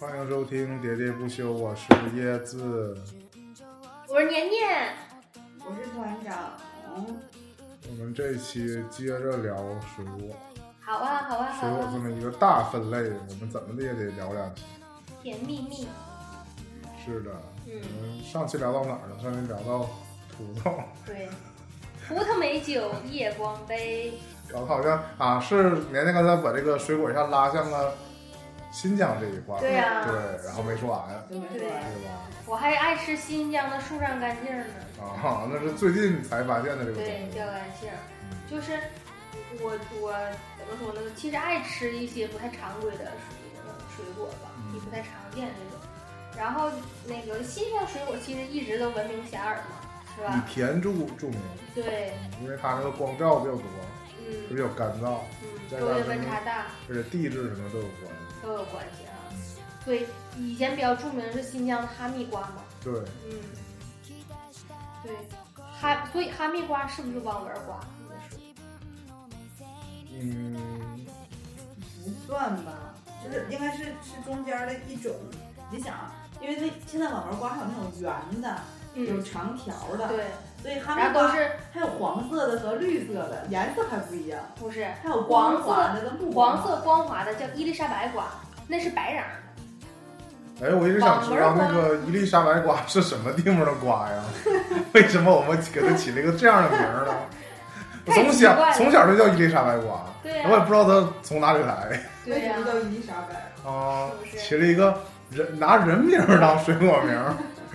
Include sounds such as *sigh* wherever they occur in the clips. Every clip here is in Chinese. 欢迎收听《喋喋不休》，我是椰子。我是年年，我是团长。嗯我们这一期接着聊水果，好啊，好啊，好水果这啊，么一个大分类，我们怎么的也得聊两期。甜蜜蜜，是的，嗯，我们上期聊到哪儿了？上期聊到葡 *laughs* 萄，对，葡萄美酒夜光杯，然后好像啊，是年年刚才把这个水果一下拉向了新疆这一块儿，对呀对，然后没说完，对对对吧？我还爱吃新疆的树上干净呢，啊， *laughs* 那是最近才发现的这个东对，西叫。干净，就是我我怎么说呢？其实爱吃一些不太常规的水水果吧，嗯也不太常见这种。然后那个新疆水果其实一直都闻名遐迩嘛，是吧？以甜著著名，嗯对，因为它那个光照比较多，也比嗯较干燥，嗯，再周围加上温差大。而且地质什么都有关系。都有关系啊。对，以前比较著名的是新疆的哈密瓜嘛，对，嗯，对，哈，所以哈密瓜是不是网纹瓜？嗯，不算吧，就是应该是是中间的一种。你想啊，因为它现在网纹瓜还有那种圆的，有嗯，长条的，对，所以哈然密后都瓜是还有黄色的和绿色的，颜色还不一样，不是还有光滑的跟不光黄滑的。色光滑的叫伊丽莎白瓜，那是白瓤儿哎，我一直想知道网纹瓜那个伊丽莎白瓜是什么地方的瓜呀？ *laughs* 为什么我们给它起了一个这样的名儿呢？我太从奇怪小了从小就叫伊丽莎白瓜，的。对啊我也呀、不知道它从哪里来对为呀、什么叫伊丽莎白？啊是，不是起了一个人拿人名儿当水果名 *laughs* 儿。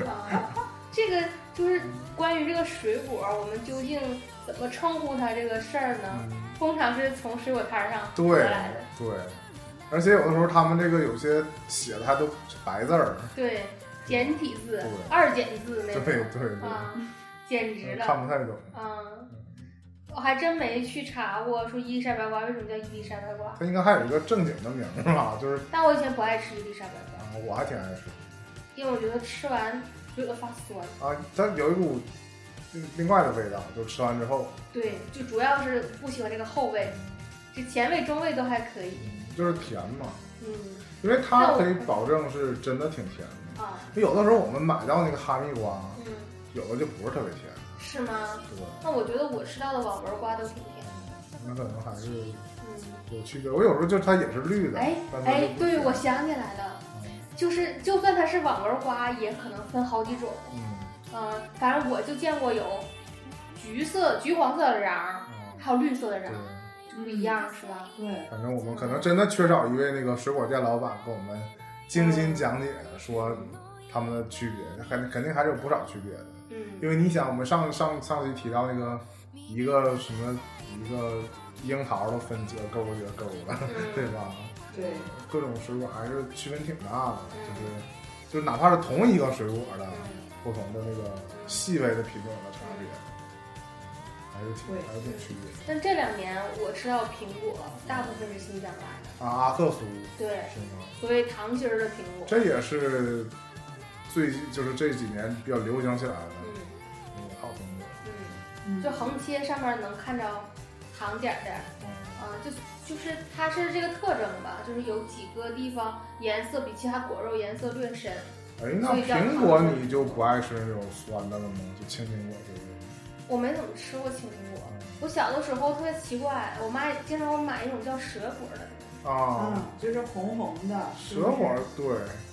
啊，这个就是关于这个水果，我们究竟怎么称呼它这个事儿呢？嗯通常是从水果摊上对得来的。对，而且有的时候他们这个有些写的还都是白字儿，对，简体字对、二简字那对对种对，啊，简直了，看不太懂。嗯，我还真没去查过说伊丽莎白瓜为什么叫伊丽莎白瓜，它应该还有一个正经的名儿吧？就是但我以前不爱吃伊丽莎白瓜，啊，我还挺爱吃因为我觉得吃完嘴巴发酸，啊，它有一股另外的味道，就吃完之后，对，就主要是不喜欢这个后味，这前味、中味都还可以，嗯就是甜嘛，嗯因为它可以保证是真的挺甜的。啊，有的时候我们买到那个哈密瓜，嗯，有的就不是特别甜，是吗？对吧？那我觉得我吃到的网纹瓜都挺甜的，那可能还是嗯，有区别。我有时候就它也是绿的，哎但它就哎，不对，甜嗯我想起来了，就是就算它是网纹瓜，也可能分好几种。嗯嗯，反正我就见过有橘色、橘黄色的瓤儿，嗯，还有绿色的瓤对儿，。就不一样是吧？对，反正我们可能真的缺少一位那个水果店老板给我们精心讲解说他们的区别，肯肯定还是有不少区别的。因嗯， *laughs* 为你想，我们上上上期提到那个一个什么一个樱桃都分几个沟几个沟 *laughs* 了，对嗯，吧？对，各种水果还是区分挺大的，就是就是哪怕是同一个水果嗯的，不同的那个细微的品种的差别，还是挺还是挺区别但这两年我吃到苹果，大部分是新疆来的。的，啊，阿克苏对，是吗？所谓糖心儿的苹果。这也是最就是这几年比较流行起来的嗯那个好苹果。嗯，嗯就横切上面能看着糖点儿点儿，嗯啊，就就是它是这个特征吧，就是有几个地方颜色比其他果肉颜色略深。哎，那苹果你就不爱吃那种酸的了吗？就青苹果这我没怎么吃过青苹果，种我小的时候特别奇怪，我妈也经常给我买一种叫蛇果的，嗯啊，，就是红红的蛇果儿对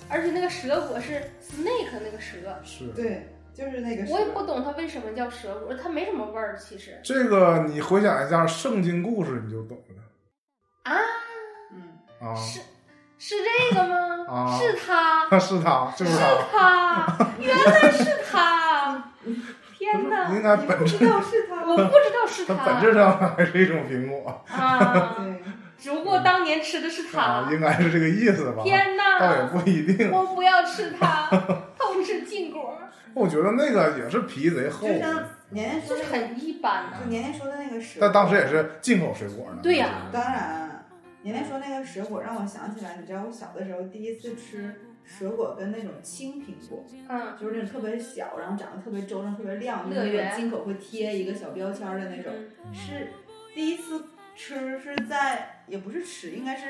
而且那个蛇果是 snake 那个蛇，是就是对，就是那个蛇我也不懂它为什么叫蛇果，它没什么味儿，其实这个，你回想一下圣经故事你就懂了啊，嗯，啊是是这个吗？啊 *laughs* 是它，是它，就是是它，它，原来是它！天应哪，该你本不质知道是 *laughs* 他我不知道是它本质它上还是一种苹果啊，对，只不过当年吃的是啊，它。应该是这个意思吧？天倒也哪，不一定，我不要吃它，偷吃禁果，我觉得那个也是皮贼厚就，像年年说这的是那个，很一般呐。就年年说的那个蛇，但当时也是进口水果呢。对呀当然，年年说那个蛇果让我想起来，你知道我小的时候第一次吃蛇果跟那种青苹果，嗯就是那种特别小，然后长得特别周，然后特别亮，就是乐那园种进口会贴一个小标签儿的那种。嗯是第一次吃是在也不是吃，应该是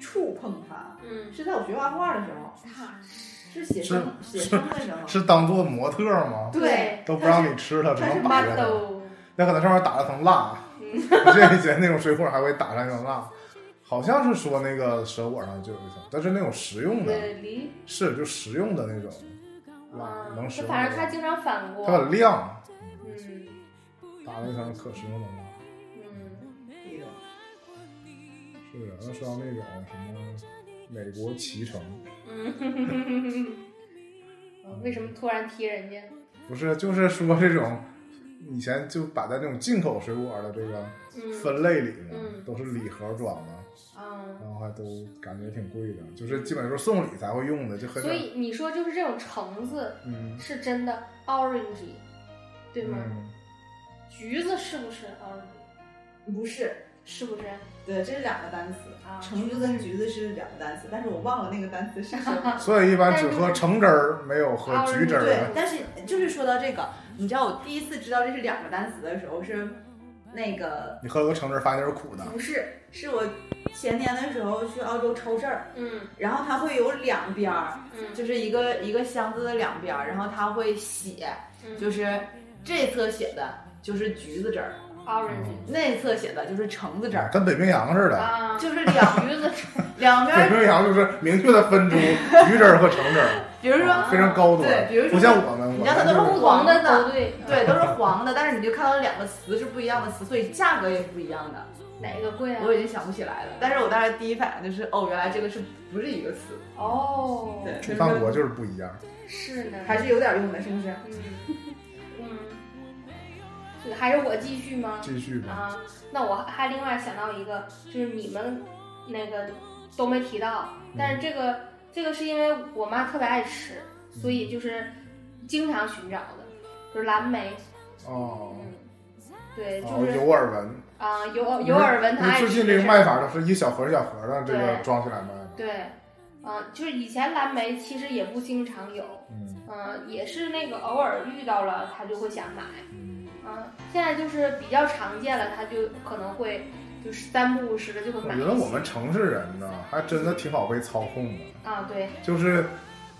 触碰它，嗯，是在我学画画的时候，踏实，是写生写生的时候，是当做模特吗？对，都不让你吃它，只它是能摆慢着它。抖，那可能上面打了层蜡，啊 *laughs* 嗯我记得以前那种水果还会打上一层蜡，好像是说那个蛇果上就有一层，但是那种食用的，对，梨，是就食用的那种蜡，嗯，能食它用反正它的，经常反它光，很亮，啊嗯打了一层可食用的蜡。嗯，那种是的，那说到那种什么美国脐橙，嗯啊为什么突然踢人家？不是就是说这种以前就摆在那种进口水果的这个嗯分类里嘛，嗯都是礼盒装的，嗯，然后还都感觉挺贵的，就是基本就是送礼才会用的，就很少所。以你说就是这种橙子嗯，是真的 orangey，对吗？嗯橘子是不是 orangey？不是，是不是对，这是两个单词。啊？橙子跟橘子是两个单词，但是我忘了那个单词是什么。所以一般只喝橙汁儿，没有喝橘汁儿对的。，但是就是说到这个，你知道我第一次知道这是两个单词的时候是那个你喝了个橙汁儿，发现是苦的。不是，是我前年的时候去澳洲抽证儿，嗯然后它会有两边儿，嗯就是一个一个箱子的两边儿，然后它会写，嗯，就是这侧写的就是橘子汁儿， orangey 那侧写的就是橙子汁儿，跟北冰洋似的，啊，就是 *laughs* 两橘子两边北儿，冰洋就是明确的分出 *laughs* 橘汁儿和橙汁儿，比如说非常高端对比如，说不像我们，你我知道它们都就是是不同的嗯球队，对，都是黄的，但是你就看到两个词是不一样的词，所以价格也不一样的。哪个贵啊我？已经想不起来了，但是我当时第一反应就是，哦，原来这个是不是一个词？哦，对，出饭国就是不一样。是呢，还是有点用的，是不是？嗯嗯，这个还是我继续吗？继续吧，啊，那我还另外想到一个，就是你们那个都没提到，嗯但是这个这个是因为我妈特别爱吃，嗯所以就是经常寻找的，就是蓝莓，哦，嗯，对，就哦，是有耳闻。啊、有有耳闻她因为爱吃最是。近这个卖法都是一小盒一小盒的，这个对装起来卖的。对，啊、就是以前蓝莓其实也不经常有，嗯嗯、也是那个偶尔遇到了他就会想买，嗯，嗯、现在就是比较常见了，他就可能会就是三不五时的就会我买觉一些。得我们城市人呢，还真的挺好被操控的。啊，对就是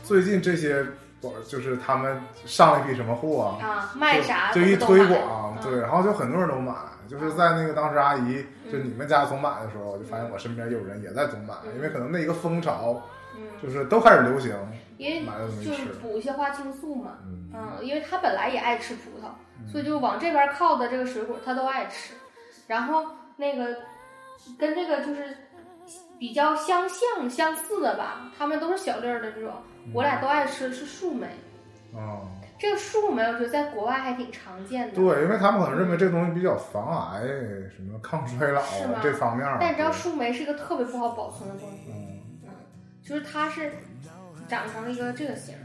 最近这些，我就是他们上了一批什么货啊，啊，卖啥就都一都推买广，啊嗯对，然后就很多人都买，就是在那个当时阿姨嗯就你们家总买的时候，我就发现我身边有人也在总买，嗯因为可能那一个风潮嗯，就是都开始流行，因为买了没就是吃，补一些花青素嘛，嗯，嗯，因为他本来也爱吃葡萄，嗯所以就往这边靠的这个水果他都爱吃，然后那个跟这个就是比较相像相似的吧，他们都是小粒儿的这种，嗯我俩都爱吃是树莓，哦，这个树莓我觉得在国外还挺常见的，对，因为他们可能认为这东西比较防癌、什么抗衰老啊是吗这方面儿，但你知道对树莓是一个特别不好保存的东西。嗯嗯，就是它是长成一个这个形儿，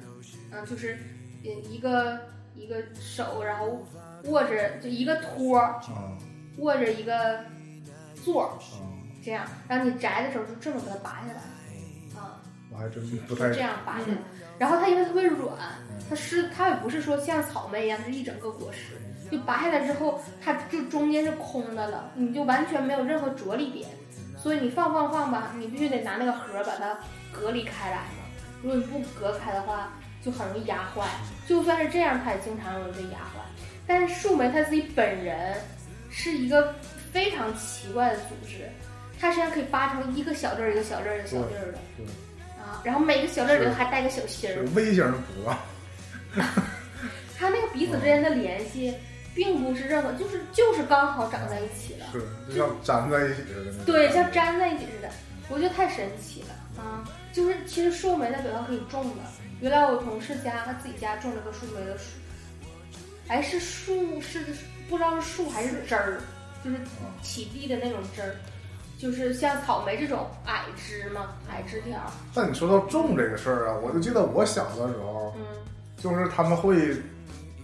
嗯，就是呃一个一个手，然后握着就一个托儿，嗯握着一个座儿，嗯，这样，然后你摘的时候就这么给它拔下来，啊、我还真不就太这样拔下来。然后它因为特别软，嗯它是它也不是说像草莓一样是一整个果实，就拔下来之后，它就中间是空的了，你就完全没有任何着力点，所以你放放放吧，你必须得拿那个盒把它隔离开来嘛。如果你不隔开的话，就很容易压坏。就算是这样，它也经常容易被压坏。但是树莓它自己本人是一个非常奇怪的组织，它实际上可以扒成一个小粒儿一个小粒儿一个小粒儿的对对，啊，然后每个小粒儿里头还带个小心儿是。微型的啊葡萄，它那个彼此之间的联系，并不是任何，就是就是刚好长在一起了，是就像粘在一起似的那种，对，像粘在一起似的，我觉得太神奇了啊！就是其实树莓在北方可以种的，原来我同事家他自己家种了个树莓的树，哎是树是不知道是树还是枝儿，就是嗯起地的那种枝儿。就是像草莓这种矮枝嘛，矮枝条，但你说到种这个事儿啊，我就记得我小的时候，嗯就是他们会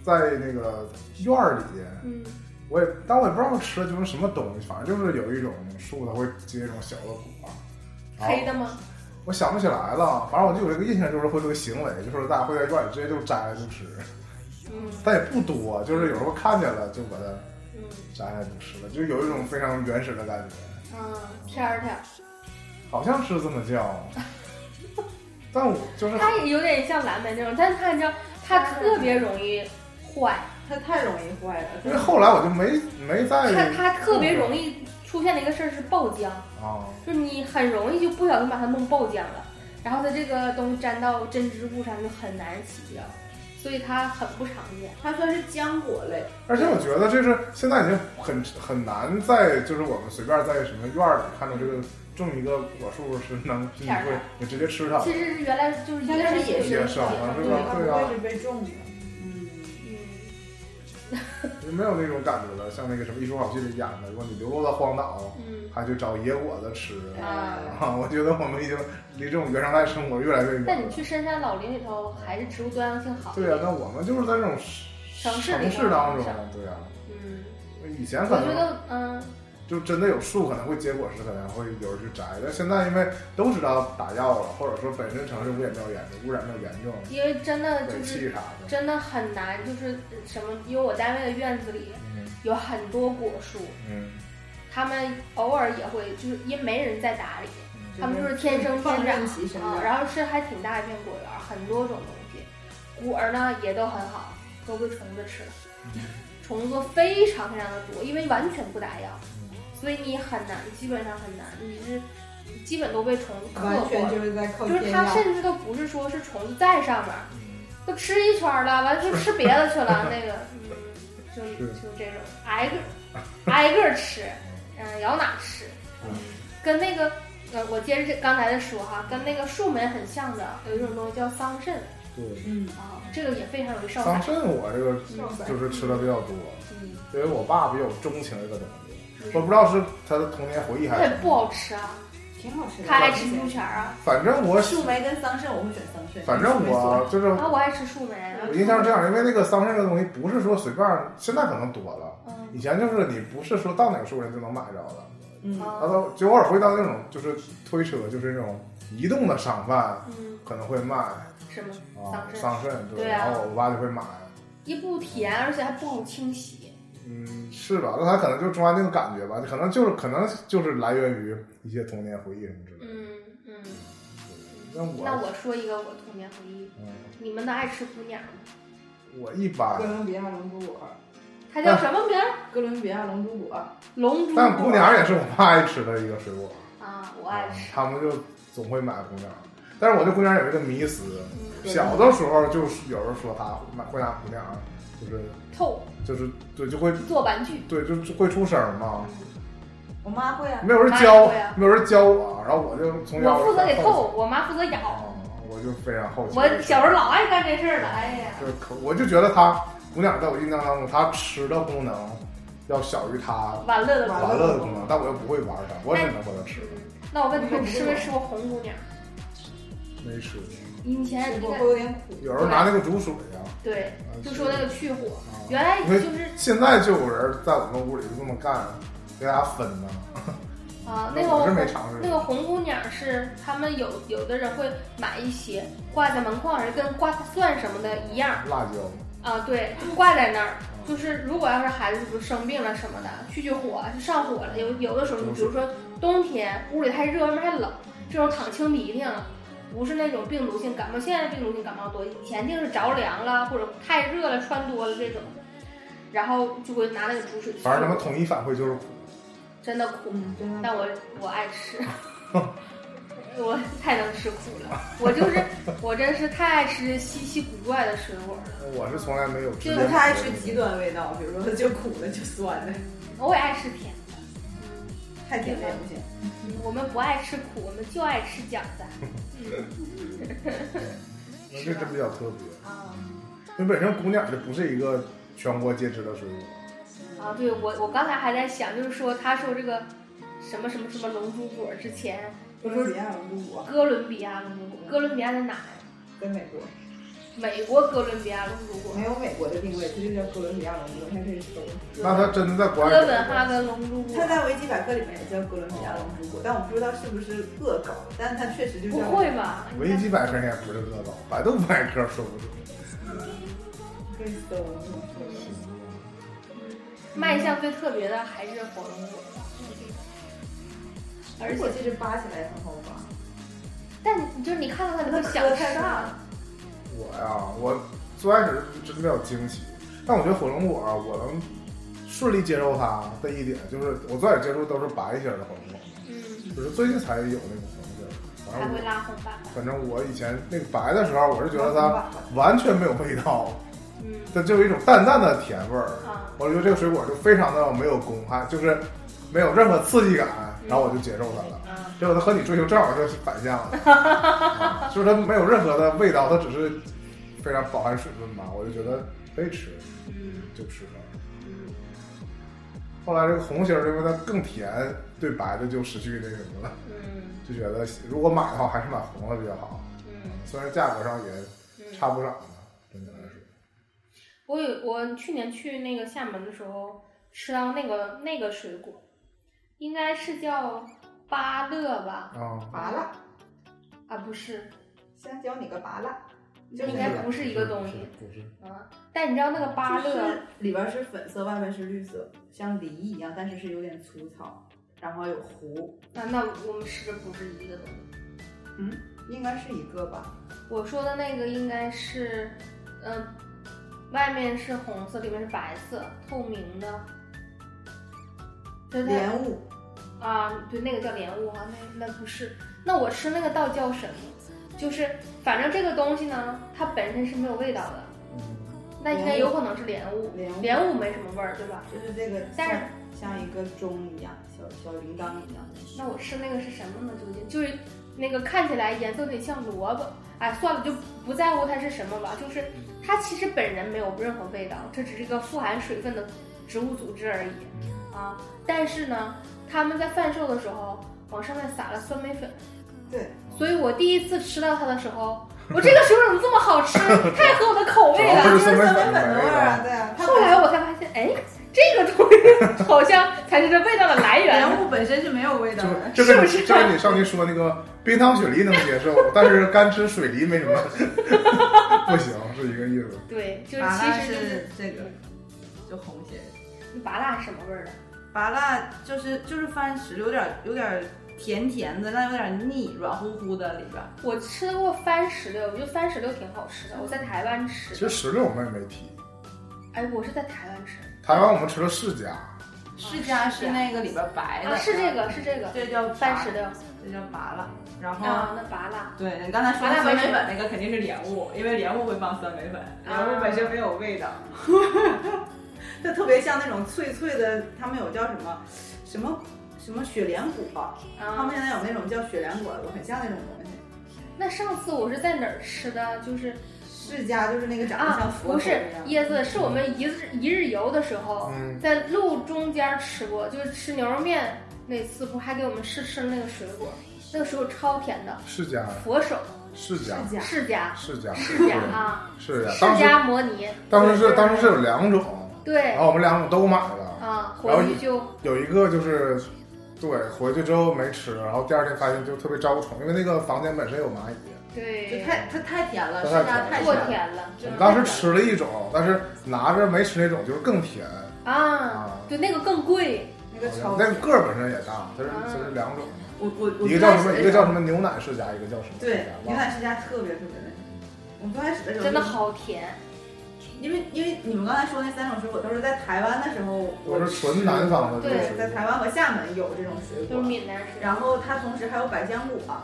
在那个院儿里，嗯我也，但我也不知道吃的就是什么东西，反正就是有一种树，它会结一种小的果。然黑后的吗？我想不起来了，反正我就有这个印象，就是会这个行为，就是大家会在院里直接就摘了就吃，嗯但也不多，就是有时候看见了就把它嗯摘了就吃了，就有一种非常原始的感觉。嗯，天儿条，好像是这么 *laughs* 叫，但我就是它也有点像蓝莓那种，但是它你知道，它特别容易坏，它太容易坏了。因为后来我就没没在它它特别容易出现的一个事儿是爆浆，啊，就是你很容易就不小心把它弄爆浆了，然后它这个东西粘到针织布上就很难洗掉，所以它很不常见。它算是浆果类，而且我觉得这是现在已经很很难在就是我们随便在什么院儿里看到这个种一个果树是能是你片儿啊会上你直接吃它，其实是原来就是它就是野生野野生生的啊对是吧它对啊不会是被种的。嗯，嗯。就没有那种感觉了。像那个什么《一出好戏》里演的，如果你流落到荒岛，嗯还去找野果子吃啊，啊， *laughs* 我觉得我们已经离这种原生态生活越来越远但你了。去深山老林里头，还是植物多样性好。对呀、啊那我们就是在这种城市里城市当中面，对呀、嗯，以前我可觉能得，嗯，就真的有树可能会结果实，可能会有人去摘，但现在因为都知道打药了，或者说本身城市污染比较严重，污染比较严重，因为真的尾就是气啥的，真的很难，就是什么，因为我单位的院子里嗯有很多果树，嗯他们偶尔也会，就是因为没人在打理，嗯他们就是天生放天长任其生啊，长。然后是还挺大一片果园，很多种东西，果儿呢也都很好，都被虫子吃了嗯，虫子非常非常的多，因为完全不打药嗯，所以你很难，基本上很难，你是基本都被虫子克完过全了，就是在靠就天是它要，甚至都不是说是虫子在上面，嗯都吃一圈了，完就吃别的去了，那个，嗯，就是就这种挨个挨个吃，嗯、咬哪吃，嗯跟那个呃，我接着这刚才的说哈，跟那个树莓很像的，有一种东西叫桑葚对，嗯，啊，这个也非常容易上桑火。葚我这个少载就是吃的比较多，嗯，因为我爸比较钟情这个东西，我不知道是他的童年回忆还它是也不好吃啊，挺好吃的。他爱吃猪圈啊，反正我树莓跟桑葚，我会选桑葚。反正我就是然后我爱吃树莓，啊我印象是这样，因为那个桑葚这个东西不是说随便儿，现在可能多了，嗯，以前就是你不是说到哪个树上就能买着的。嗯，他啊，都就偶尔会到那种就是推车，就是那种移动的商贩嗯，可能会卖什么啊桑，葚桑葚对，对啊然后我爸就会买，也不甜，而且还不好清洗。嗯，是吧？那他可能就中间那个感觉吧，可能就是可能就是来源于一些童年回忆什么之类的。嗯嗯，那那我，我说一个我童年回忆，嗯，你们那爱吃姑娘吗？我一般哥，伦比亚龙珠果，它叫什么名儿？哥伦比亚龙珠果，龙珠但果姑娘也是我爸爱吃的一个水果，嗯啊，我爱吃。他们就总会买姑娘。但是我对姑娘有一个迷思，嗯，小的时候就是有人说他买会拿姑娘，就是透就是对就会做玩具。对就就会出声嘛。我妈会啊。没有人教，没有人教我，然后我就从小我负责给透，我妈负责啊咬。，我就非常好奇。我小时候老爱干这事儿了，哎呀，就可我就觉得他姑娘在我印象当中，她吃的功能要小于她完了的玩乐的功能，但我又不会玩它，我只能把它吃，那我问你们，吃没吃过红姑娘？没吃过。你以前水你果看会有点苦，有人拿那个煮水呀、对，啊，就说那个去火，啊，原来就是现在就有人在我们屋里就这么干，给大家分呢。啊，那我是没个尝试那个红姑娘是他们有有的人会买一些挂在门框上，跟挂蒜什么的一样辣椒，啊，对，就挂在那儿。就是如果要是孩子比如生病了什么的，去去火，就上火了。有有的时候，你比如说冬天屋里太热，外面太冷，这种躺清鼻涕了，不是那种病毒性感冒。现在病毒性感冒多，以前定是着凉了或者太热了穿多了这种，然后就会拿那个煮水去。反正他们统一反馈就是苦。真的苦，嗯，真的。但我我爱 *laughs* 吃，我太能吃苦了。我就是我真是太爱吃稀奇古怪的水果了。我是从来没有吃就过。是她爱吃极端味道，比如说就苦的就酸的，我也爱吃甜的。嗯太甜的也不行。我们不爱吃苦，我们就爱吃饺子。嗯那这真比较特别。啊嗯因为本身姑娘就不是一个全国皆知的水果，啊！对我，我刚才还在想，就是说他说这个什么什么什么龙珠果之前，哥伦比亚龙珠果哥伦比亚龙珠果，哥伦比亚在哪呀？啊跟美国美国哥伦比亚龙珠果没，有美国的定位，它就叫哥伦比亚龙珠果，它是首那它真的在国外哥有本哈吗，根龙珠果它。在维基百科里面也叫哥伦比亚龙珠果，但我不知道是不是恶搞，但它确实就不叫会吧？维基百科应该不是恶搞，百度百科说不准。会搜说卖相最特别的还是火龙果。而如果且，这是扒起来也很好扒，但你就是你看到它，你那会磕想太上大了了。我呀，我最开始真的比较惊奇，但我觉得火龙果啊，我能顺利接受它的一点就是，我最开始接触都是白心儿的火龙果，嗯，就是最近才有那种红心儿。反还正会我拉红粑粑。反正我以前那个白的时候，我是觉得它它完全没有味道，嗯它就有一种淡淡的甜味儿。啊，我觉得这个水果就非常的没有公害，就是没有任何刺激感，然后我就接受它了。嗯啊，结果它和你追求正好就是反向的，啊就是它没有任何的味道，它只是非常饱含水分嘛，我就觉得可以吃，嗯就吃它。嗯，后来这个红心儿，因为它更甜，对白的就失去那个什么了，嗯就觉得如果买的话还是买红的比较好，嗯虽然价格上也嗯。差不少呢，真的来说。我有我去年去那个厦门的时候，吃到那个那个水果，应该是叫芭乐吧？啊，拔蜡，啊，不是，香蕉你个拔蜡，就应该不是一个东西不是，啊。但你知道那个芭就乐是，里边是粉色，外边是绿色，像梨一样，但是是有点粗糙，然后有核，啊，那我们吃的不是一个东西。嗯应该是一个吧？我说的那个应该是，嗯、外面是红色，里面是白色，透明的。就是它莲雾，啊，对，那个叫莲雾啊，那那不是。那我吃那个道叫什么？就是反正这个东西呢，它本身是没有味道的，嗯，那应该有可能是莲雾。莲雾莲雾没什么味儿，对吧？就是这个，但是像一个钟一样，小小铃铛一样。那我吃那个是什么呢？究竟就是那个看起来颜色有点像萝卜。哎，算了，就不在乎它是什么吧。就是它其实本人没有任何味道，这只是一个富含水分的植物组织而已。啊，但是呢，他们在贩售的时候往上面撒了酸梅粉，对，所以我第一次吃到它的时候，我这个水果怎么这么好吃？太合我的口味主要是了。酸梅粉的的味味儿儿啊啊，对啊。它后来我才发现，哎，这个东西 *laughs* 好像才是这味道的来源。莲雾本身是没有味道的，就这跟你是不是这跟你上期说那个冰糖雪梨能接受， *laughs* 但是干吃水梨没什么， *laughs* 不行，是一个意思。对，就是麻其辣实就是是这个，就红心。麻辣是什么味儿的？麻辣就是就是番石榴，有点有点甜甜的，但有点腻，软乎乎的里边。我吃过番石榴，我觉得番石榴挺好吃的。我在台湾其实，吃石榴我们也没提，哎，我是在台湾吃台湾我们吃了释迦，释迦是那个里边白的，哦啊，是这，个，是这个这叫番拔石，榴这叫麻辣。然后，啊，那麻辣。对你刚才说的酸梅粉那个肯定是莲雾，因为莲雾会放酸梅粉，莲雾本身没有味道， *laughs* 就特别像那种脆脆的，他们有叫什么什么什么雪莲果，他啊们，现在有那种叫雪莲果的，很像那种东西。那上次我是在哪儿吃的？就是释迦就是那个长得像啊，佛不头是一样，椰子，是我们一日一日游的时候，嗯，在路中间吃过，就是吃牛肉面那次，不是还给我们试吃了那个水果，那个水果超甜的，释迦，佛手释迦，释释迦迦释迦，释迦啊，是释当时迦摩尼，当时是当时是有两种，对然后我们两种都买了，啊，然后回去就有一个就是。对，回去之后没吃，然后第二天发现就特别招虫，因为那个房间本身有蚂蚁。就对太它太甜了，它太释迦太太过甜了。甜了我真们的当时太甜了吃了一种，但是拿着没吃那种就是更甜。啊，啊，对那个更贵，那个超那个个儿本身也大，它是它是两种。我我嗯我一个叫什么？最开始的时候一个叫什么牛奶世家，一个叫什么世对家？，牛忘了奶世家特别特别的甜。我刚开始的时候真的，好甜，因为因为你们刚才说那三种水果都是在台湾的时候，我是纯南方的，对就是对，在台湾和厦门有这种水就是果，闽南水。然后它同时还有百香果，啊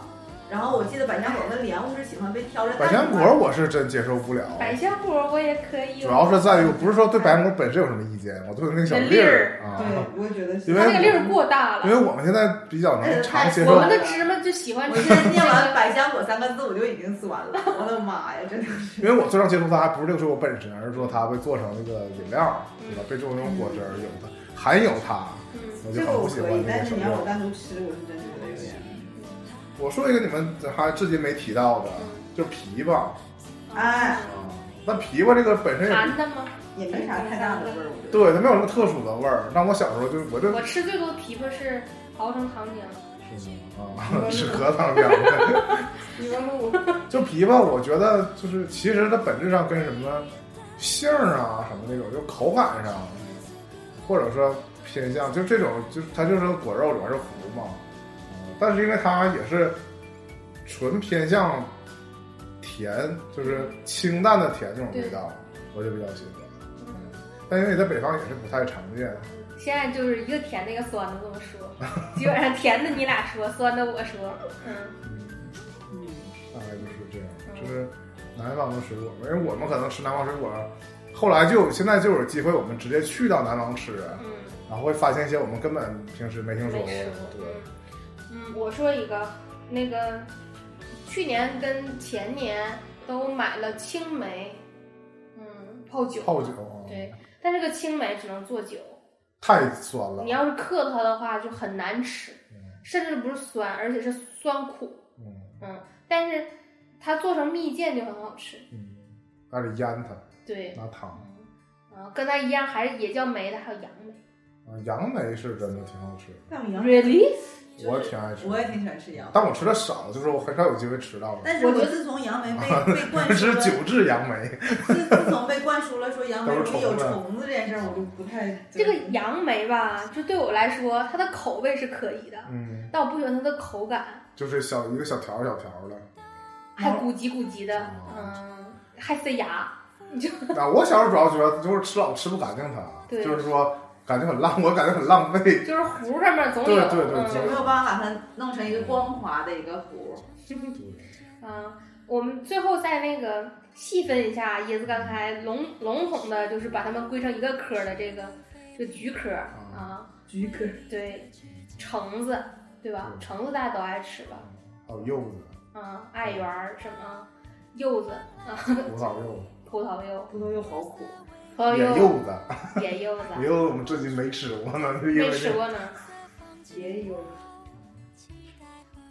然后我记得百香果跟莲雾是喜欢被挑着百担香子果我是真接受不了，百香果我也可以，主要是在于我不是说对百香果本身有什么意见，我对那个小粒儿买。啊，对，我也觉得是。因为它那个粒儿过大因了。为我们现在比较能常接我受们，的芝麻就喜欢我吃现在那念完“个，百香果”三个字，我就已经酸了。我的妈呀，真的是！因为我最常接触它还不是这个水果本身，而是说它被做成那个饮料，对吧？被做成那种果汁儿，有它含有它，嗯，我这就个很我不喜可欢以，那但个小是你粒让我儿。单独吃，我是真觉得有点我说一个你们还至今没提到的，就是枇杷。哎那枇杷这个本身也嗯馋的吗？也没啥太大的味儿，我觉得。对它没有什么特殊的味儿，让我小时候就我就我吃最多枇杷是熬成糖浆，啊，是核糖浆的。你问路，就枇杷，我觉得就是其实它本质上跟什么杏儿啊什么那种，就口感上，或者说偏向就这种，就是它就是果肉里边是核嘛，嗯但是因为它也是纯偏向甜，就是清淡的甜这种味道，我就比较喜欢。嗯但因为在北方也是不太常见，现在就是一个甜的，一个酸的，这么 *laughs* 说，基本上甜的你俩说，酸的我说，嗯，嗯，大概就是这样，就是南方的水果。因为我们可能吃南方水果，后来就现在就有机会，我们直接去到南方吃，啊嗯，然后会发现一些我们根本平时没听说过的没吃东西。过。嗯，我说一个，那个去年跟前年都买了青梅，嗯，泡对，，酒泡酒啊，对，但这个青梅只能做酒，太酸了你。要是克它的话就很难吃，嗯甚至不是酸，而且是酸苦，嗯嗯，但是它做成蜜饯就很好吃，嗯，还得腌它，对，拿糖。啊，跟它一样还是也叫梅的，还有杨梅啊，杨梅是真的挺好吃的，但我杨梅， ，really？就是我挺爱吃的我也挺喜欢吃杨梅，但我吃的少，就是我很少有机会吃到的。但是我自从杨梅 *laughs* 被被灌输是了，九制杨梅， *laughs* 自自从被灌输了说杨梅容易有都是虫虫子这件事儿，我就不太这个杨梅吧，就对我来说，它的口味是可以的，嗯，但我不喜欢它的口感，就是小一个小条儿小条儿的。还咕叽咕叽的，哦嗯，还塞牙，啊，我小时候主要觉得就是吃老吃不干净它，啊对就是说感觉很浪，我感觉很浪费。就是核上面总有，对对对嗯总有没有办法把它弄成一个光滑的一个糊？嗯，我们最后再那个细分一下，椰子刚才笼笼统的，就是把它们归成一个科的这个，这个菊科啊， *laughs* 菊科，对，橙子，对吧？对橙子大家都爱吃吧？还有柚子，嗯，爱媛儿什么柚子、葡萄柚，葡萄柚、葡萄柚好苦，葡萄野哦柚、柚子，野柚 *laughs* 子，野柚子我们至今没吃过呢，因没为吃这过呢，也有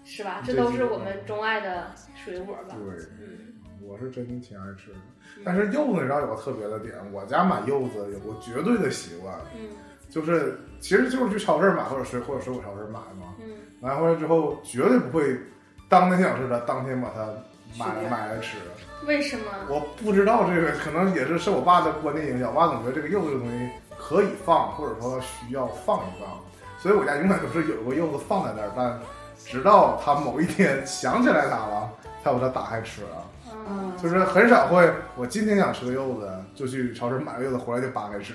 是吧？这这都几是个我们钟爱的水果吧？对，嗯，我是真的挺爱吃的。但是柚子你知道有个特别的点，我家买柚子有个绝对的习惯，嗯就是其实就是去超市买或者水或者水果超市买嘛，嗯，买回来之后绝对不会当天想吃的当天把它买吃掉买来吃。为什么？我不知道这个，可能也是受我爸的观念影响，我爸总觉得这个柚子这个东西可以放，或者说需要放一放，所以我家永远都是有个柚子放在那儿，但直到他某一天想起来它了，才把它打开吃啊。嗯，嗯，就是很少会，我今天想吃个柚子，就去超市买个柚子回来就扒开吃，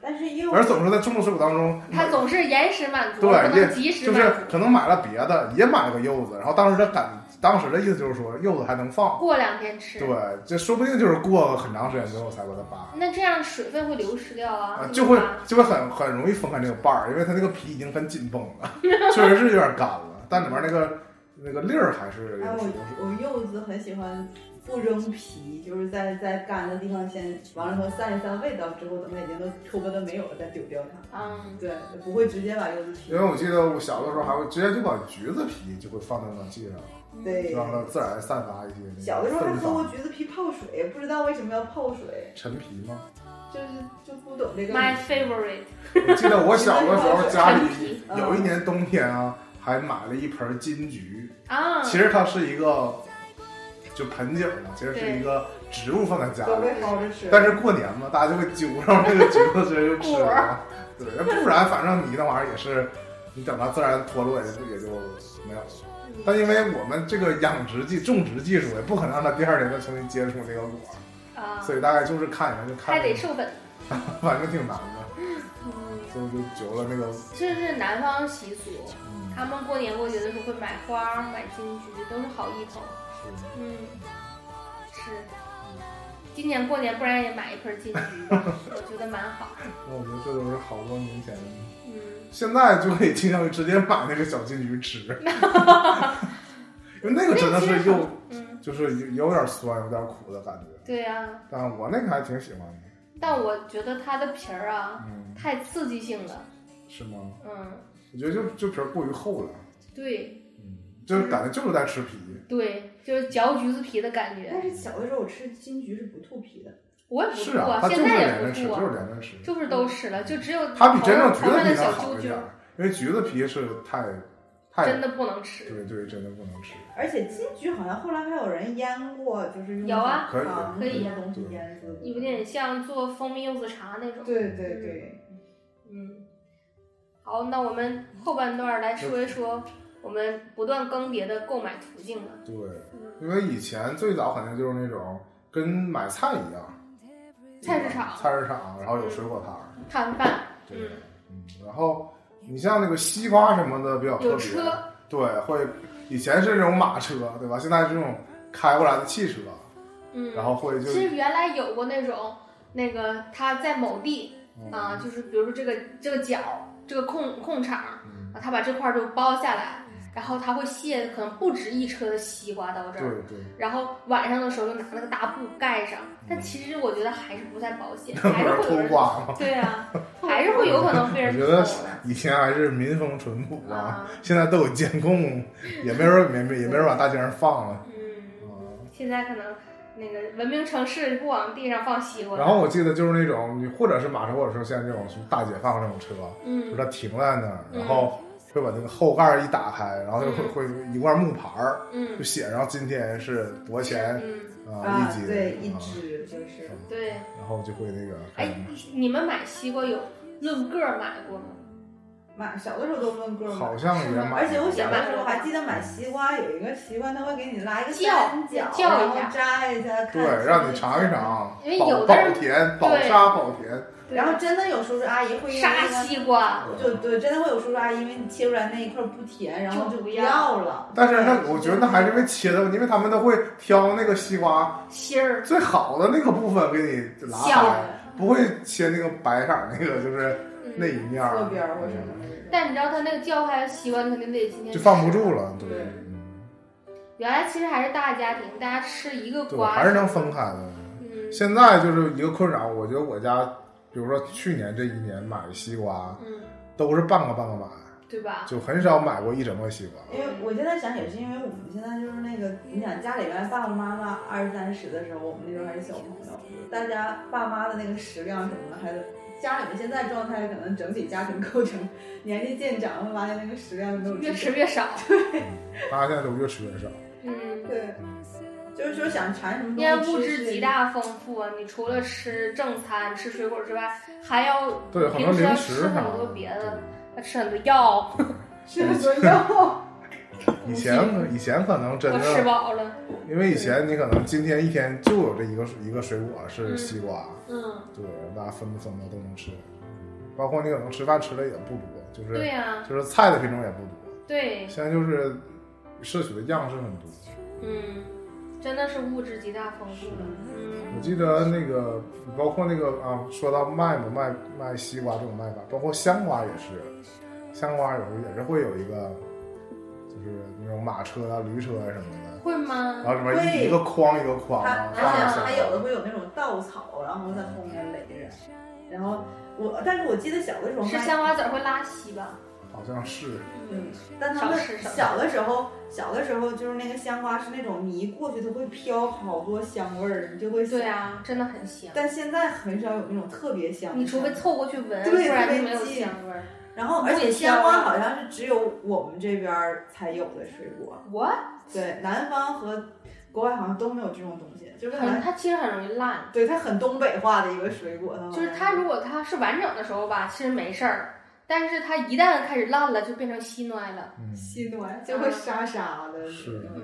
但是柚而总是在众多水果当中，它总是延时满足，不嗯对能也及时就满是足。可能买了别的，也买了个柚子，然后当时的感，当时的意思就是说柚子还能放，过两天吃。对，这说不定就是过很长时间之后才把它扒。那这样水分会流失掉啊啊，，对就会吧就会很很容易分开那个瓣儿，因为它那个皮已经很紧绷了， *laughs* 确实是有点干了，但里面那个那个粒儿还是哎，有我水我柚子很喜欢不扔皮，就是在在干的地方先完了以后散一散味道之后，等它已经都抽根都没有了再丢掉它。嗯，对，不会直接把柚子皮因为我记得我小的时候还会直接就把橘子皮就会放在暖气上，对嗯就。让它自然散发一些那个小的时候还芬喝过芳。橘子皮泡水，不知道为什么要泡水，陈皮吗？就是就不懂这个。 My favorite，我记得我小的时候家 *laughs* 陈里皮有嗯一年冬天啊，还买了一盆金桔，嗯啊，其实它是一个就盆景嘛，其实是一个植物放在家都里被。薅着吃。但是过年嘛，大家就会揪上那个橘子直接就吃果了。对，要不然反正你那玩意儿也是，你等它自然脱落也就也就没有了。嗯但因为我们这个养殖技种植技术也不可能让它第二年再重新接触这个果儿，啊，所以大概就是看一下就看还一得下，授粉，反正挺难的，嗯，所以我就揪了那个。这是南方习俗，嗯他们过年过节的时候会买花、买金桔，都是好意头，是嗯，是。今年过年，不然也买一盆金桔吧， *laughs* 我觉得蛮好。那我觉得这都是好多年前的，嗯，现在就可以倾向于直接买那个小金桔 *laughs* 吃，因为那个真的是又嗯，就是有有点酸，有点苦的感觉。对啊呀、但我那个还挺喜欢的。但我觉得它的皮儿啊，嗯，太刺激性了。是吗？嗯，我觉得就就皮儿过于厚了，对嗯，就是感觉就是在吃皮。对，就是嚼橘子皮的感觉。但是小的时候我吃金桔是不吐皮的，我也不是吐啊，它就现是在连着也吃，不吐就啊，是连着吃。就是都吃了，就只有它比真正橘旁子边皮的要小好啾一点啾儿，因为橘子皮是太真太的不能吃。对对，真的不能吃。而且金桔好像后来还有人腌过，就是用有啊可以糖可以什么东西腌制的，有点像做蜂蜜柚子茶那种。对对对，嗯，好，那我们后半段来说一说我们不断更迭的购买途径了。对，因为以前最早肯定就是那种跟买菜一样，菜市场菜市场，然后有水果摊儿，摊贩，对，嗯，嗯，然后你像那个西瓜什么的比较特有别，车，对，会以前是那种马车，对吧？现在是这种开过来的汽车，嗯，然后会就其实原来有过那种，那个他在某地嗯啊、就是比如说这个这个角，这个空空场啊，嗯，他把这块儿就包下来，然后他会卸，可能不止一车的西瓜到这对儿，对，嗯然后晚上的时候就拿那个大布盖上。但其实我觉得还是不太保 *laughs* 险，还是不会有是偷人，瓜吗？对啊，还是会有可能被人我偷觉得的以前还是民风淳朴啊，啊， *laughs* 现在都有监控，也没人没没也没人往大街上放了。嗯，啊。现在可能那个文明城市不往地上放西瓜，然后我记得就是那种，你或者是马车，或者说像这种什么大解放这种车，就是嗯它停在那儿，嗯然后会把那个后盖儿一打开，然后就会嗯会一块木牌儿就嗯写上今天是多少钱嗯，啊啊一，斤，对，一啊只就是对。然后就会那个开哎始，你们买西瓜有论个儿买过吗？买，小的时候都论个儿嘛好。像也买过，而且我小买的时候还记得买西瓜，有一个西瓜，它会给你拉一个叫三角，叫一然后下扎一下，看对是让不你是尝一。尝，因为保有的人保甜保对沙保甜，然后真的有叔叔阿姨会啊沙西瓜，就对，真的会有叔叔阿姨，因为你切出来那一块不甜，然后就就不不要要了。但是对那我觉得那还是因为切的问题，因为他们都会挑那个西瓜芯儿最好的那个部分给你拉削开。不会切那个白色儿那个，就是那一嗯，面侧儿，啊边儿或什么的。但你知道它那个叫开的西瓜，你肯定得今天就放不住。了，对，对嗯原来其实还是大家庭，大家吃一个对，瓜还是能分。开的。嗯现在就是一个困扰，我觉得我家，比如说去年这一年买西瓜嗯，都是半个半个买，对吧？就很少买过一整个西瓜。因为我现在想也是因为我们现在就是那个，你想家里原来爸爸妈妈二三十的时候，我们那时候还是小朋友，大家爸妈的那个食量什么的，还有家里面现在状态，可能整体家庭 *laughs* 构成年纪渐长，会发现那个食量没有之越前吃越少。大家现在都越吃越少，嗯，对，就是说想馋什么因为东西物吃质极，大丰富啊，你除了吃正餐、吃水果之外，还要对，很多平时要零吃食很啥多的。别的吃很多药，吃很多药，以前以前可能真我吃的，饱了。因为以前你可能今天一天就有这一个一个水果是嗯西瓜，嗯，对，大家分不分的都能吃，包括你可能吃饭吃的也不多，就是对呀，就是菜的品种也不多，对。现在就是摄取的样式很多。嗯，真的是物质极大丰富的。嗯我记得那个，包括那个啊，说到卖嘛，卖卖西瓜这种卖法，包括香瓜也是，香瓜有时候也是会有一个，就是那种马车啊、驴车啊什么的，会然吗？后里面一啊对一个筐一个筐它啊，放而点且香还有的会有那种稻草，然后在后面垒着，然后我，但是我记得小的时候是卖香瓜籽儿会拉稀吧？好像是，嗯，但他们少吃少吃小的时候，小的时候就是那个香瓜是那种你一过去它会飘好多香味儿，你就会想对。啊，真的很香。但现在很少有那种特别香的香。你除非凑过去闻，不对然就特别没有近香味儿。然后，不而且仅香香瓜啊好像是只有我们这边儿才有的水果，我对，南方和国外好像都没有这种东西，就是很，很它其实很容易烂。对它很东北化的一个水果。就是它如果它是完整的时候吧，其实没事儿，但是它一旦开始烂了，就变成稀noi了。嗯，西暖就会沙沙的，是嗯，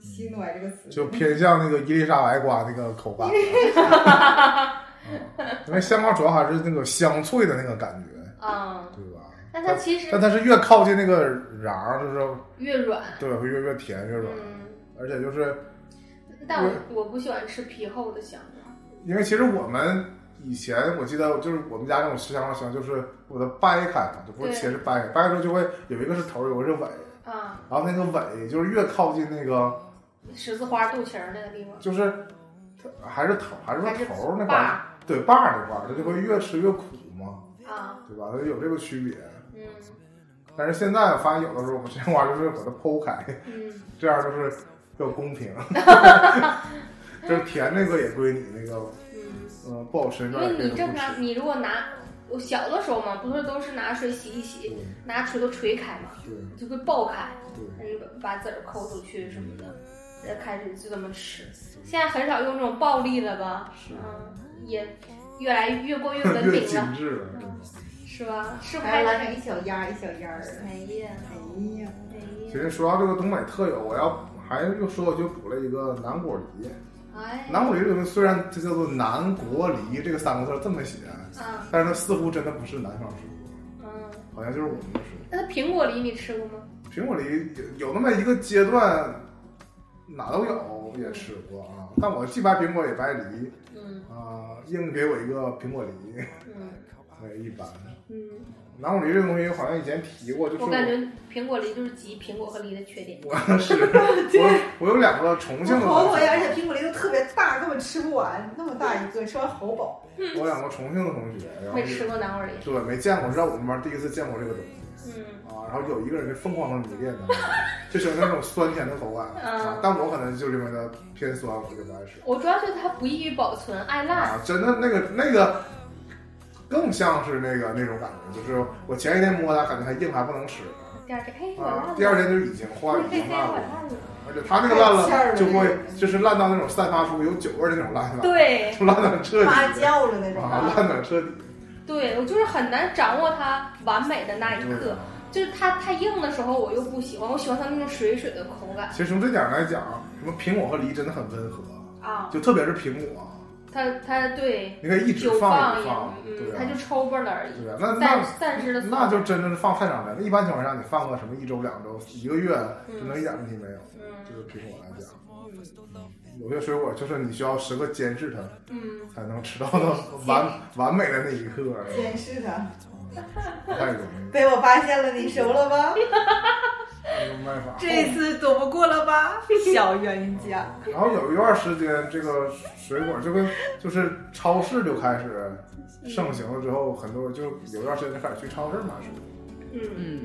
西暖这个词就偏向那个伊丽莎白瓜那个口 *laughs* 感，嗯因为香瓜主要还是那个香脆的那个感觉，啊，对吧？但它其实但它是越靠近那个瓤儿，就是越软。对，会越越甜越软，嗯，而且就是但我我不喜欢吃皮厚的香瓜。因为其实我们以前我记得就是我们家那种吃香瓜香，就是我的掰开嘛，就不是对切是掰开，掰开之后就会有一个是头儿，有一个是尾，啊，然后那个尾就是越靠近那个十字花肚脐儿那个地方，就是它还是头还是还是说头儿那块把儿，儿对把儿那块儿，它就会越吃越苦嘛，啊，对吧？它有这个区别。嗯但是现在我发现有的时候我们这瓜就是把它剖开，嗯。这样就是比较公 *laughs* 平，就是甜那个也归你那个，嗯，嗯、不好吃因那也为可以你不正吃。常，你如果拿我小的时候嘛，不是都是拿水洗一洗，对拿锤头锤开嘛，对就会爆开，对。嗯，把籽儿抠出去什么的，再开始就这么吃。现在很少用这种暴力了吧？嗯，也越来越过 *laughs* 越文越明精了，嗯致了，是吧？吃还开要了来还成一小烟儿一小烟儿。哎呀，哎呀，哎呀，其实说到这个东北特有，我要还是又说我就补了一个南果梨。哎，南果梨这个东西虽然它叫做南国梨这个三个字儿这么写，啊，但是它似乎真的不是南方水果，嗯，好像就是我们的水那苹果梨你吃过吗？果。苹果梨有有那么一个阶段，哪都有，也吃过啊。但我既掰苹果也掰梨嗯啊、硬给我一个苹果梨，嗯哎，一般。嗯，南果梨这个东西好像以前提过，就是我感觉苹果梨就是集苹果和梨的缺点。我 *laughs* 是我我有两个重庆的，好讨厌，而且苹果梨都特别大，根本吃不完，那么大一个，吃完好饱。 *laughs* 我两个重庆的同学，然后没吃过南瓜梨，对没见过，是在我们班第一次见过这个东西嗯啊。然后有一个人就疯狂的迷恋它，就是有那种酸甜的口感啊 *laughs* 嗯。但我可能就是因为它偏酸，我就不爱吃我主要觉得它不易于保存，爱烂。啊。真的那个那个更像是那个那种感觉，就是我前一天摸它，感觉还硬还不能使第二天，哎嘿，我烂啊了。，第二天就已经坏已嘿经嘿，烂我了，烂了。而且它那个烂带馅儿了的就那会种就是烂到那种散发出有酒味儿的那种烂法，对就烂到彻发底酵了那种。啊，烂到彻底。对，我就是很难掌握它完美的那一对刻。就是它太硬的时候，我又不喜欢，我喜欢它那种水水的口感其实从这点儿来讲，什么苹果和梨真的很温和，啊。就特别是苹果，它它对，你可以一直久放放一直放，嗯对，它啊就，抽巴了而已，对啊，那暂那暂时的那就真的是放太长时间。一般情况下，你放个什么一周、两周、一个月，真的一点问题没有。嗯就是苹果来讲，有些水果就是你需要时刻监视它，嗯，才能吃到 *laughs* 它完完美的那一刻，监视它，不太容易，被我发现了，你熟了吧？没有办法。这次躲不过了吧，小冤家。然后有一段时间，这个水果就跟就是超市就开始盛行了之后，很多人就有一段时间就开始去超市买水果，嗯，嗯，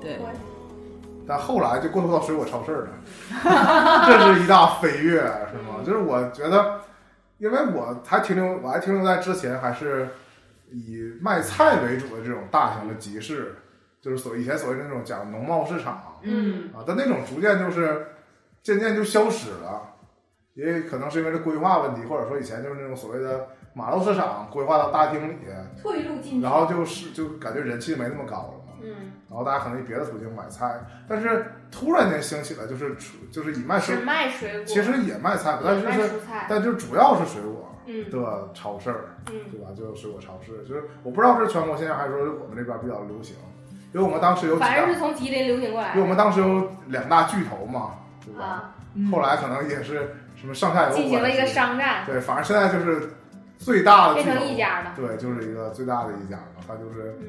对我但后来就过渡到水果超市了， *laughs* 这是一大飞跃，是吗？嗯就是我觉得，因为我还停留，我还停留在之前还是以卖菜为主的这种大型的集市，就是所以前所谓的那种讲农贸市场， *laughs* 嗯，啊，但那种逐渐就是渐渐就消失了，也可能是因为这规划问题，或者说以前就是那种所谓的马路市场规划到大厅里，退路嗯进去然，后就是就感觉人气没那么高了，嗯，然后大家可能以别的途径买菜，但是突然间兴起了就是除就是以卖水只，卖水果，其实也卖菜，但也是就卖是蔬菜，但就主要是水果嗯的超市儿，嗯对吧？就是水果超市，就是我不知道是全国现在还是说我们这边比较流行，因为我们当时有几反正大，是从吉林流行过来因为我们当时有两大巨头嘛，对吧？啊，后来可能也是什么上下游关系进行了一个商战，对，反正现在就是最大的变巨成一头，家了，对，就是一个最大的一家了，它就是嗯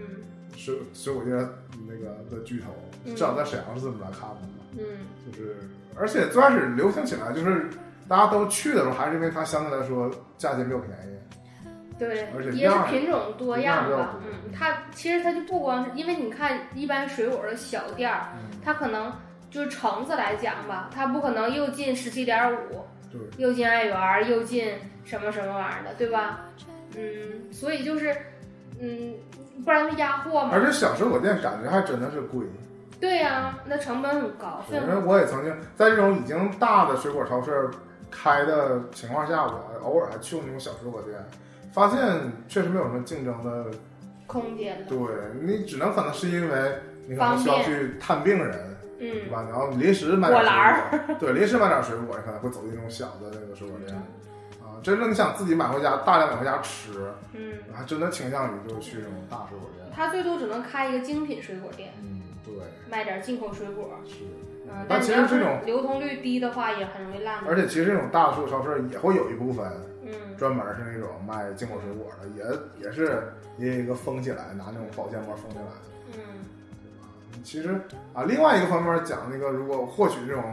水水果界那个的巨头，嗯至少在沈阳是这么来看的嘛，嗯就是而且最开始流行起来就是。大家都去的时候，还是因为它相对来说价钱比较便宜，对而且，也是样儿品种多样样儿吧。嗯，它其实它就不光是，因为你看一般水果的小店儿，嗯，它可能就是橙子来讲吧，它不可能又进十七点五，对，又进爱媛儿，又进什么什么玩意儿的，对吧？嗯，所以就是，嗯，不然就压货嘛。而且小水果店感觉还真的是贵，对呀、那成本很高，费因用为我也曾经在这种已经大的水果超市开的情况下，我偶尔还去过那种小水果店，发现确实没有什么竞争的。空间的。对你只能可能是因为你可能需要去探病人，对嗯，吧？然后临时买果篮儿嗯点水果，对，临时买点水果，你可能会走进那种小的那个水果店。啊，真正你想自己买回家，大量买回家吃，嗯，还真的倾向于就是去那种大水果店。它最多只能开一个精品水果店，嗯，对，卖点进口水果。是。嗯，但你其要实这是种，流通率低的话，也很容易烂的。而且其实这种大的水果超市也会有一部分嗯专门是那种卖进口水果的，也也是一个封起来，拿那种保鲜膜封起来。嗯其实啊，另外一个方面讲，那个如果获取这种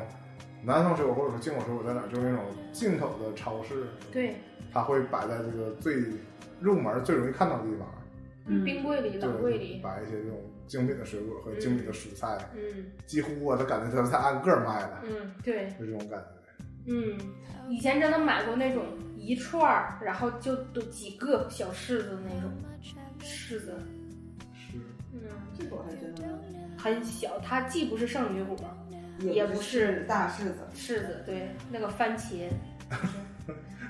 南方水果或者说进口水果在哪儿，就是那种进口的超市，，对，它会摆在这个最入门、最容易看到的地方，嗯冰柜里、冷柜对，里就，摆一些这种精品的水果和精品的蔬菜，嗯几乎啊，它感觉它是在按个儿卖的，嗯，对，就这种感觉。嗯，以前真的买过那种一串儿，然后就都几个小柿子那种柿子，是，嗯，这个我还真的很小，它既不是圣女果，也不是大柿子。柿子对，那个 *laughs* 番茄，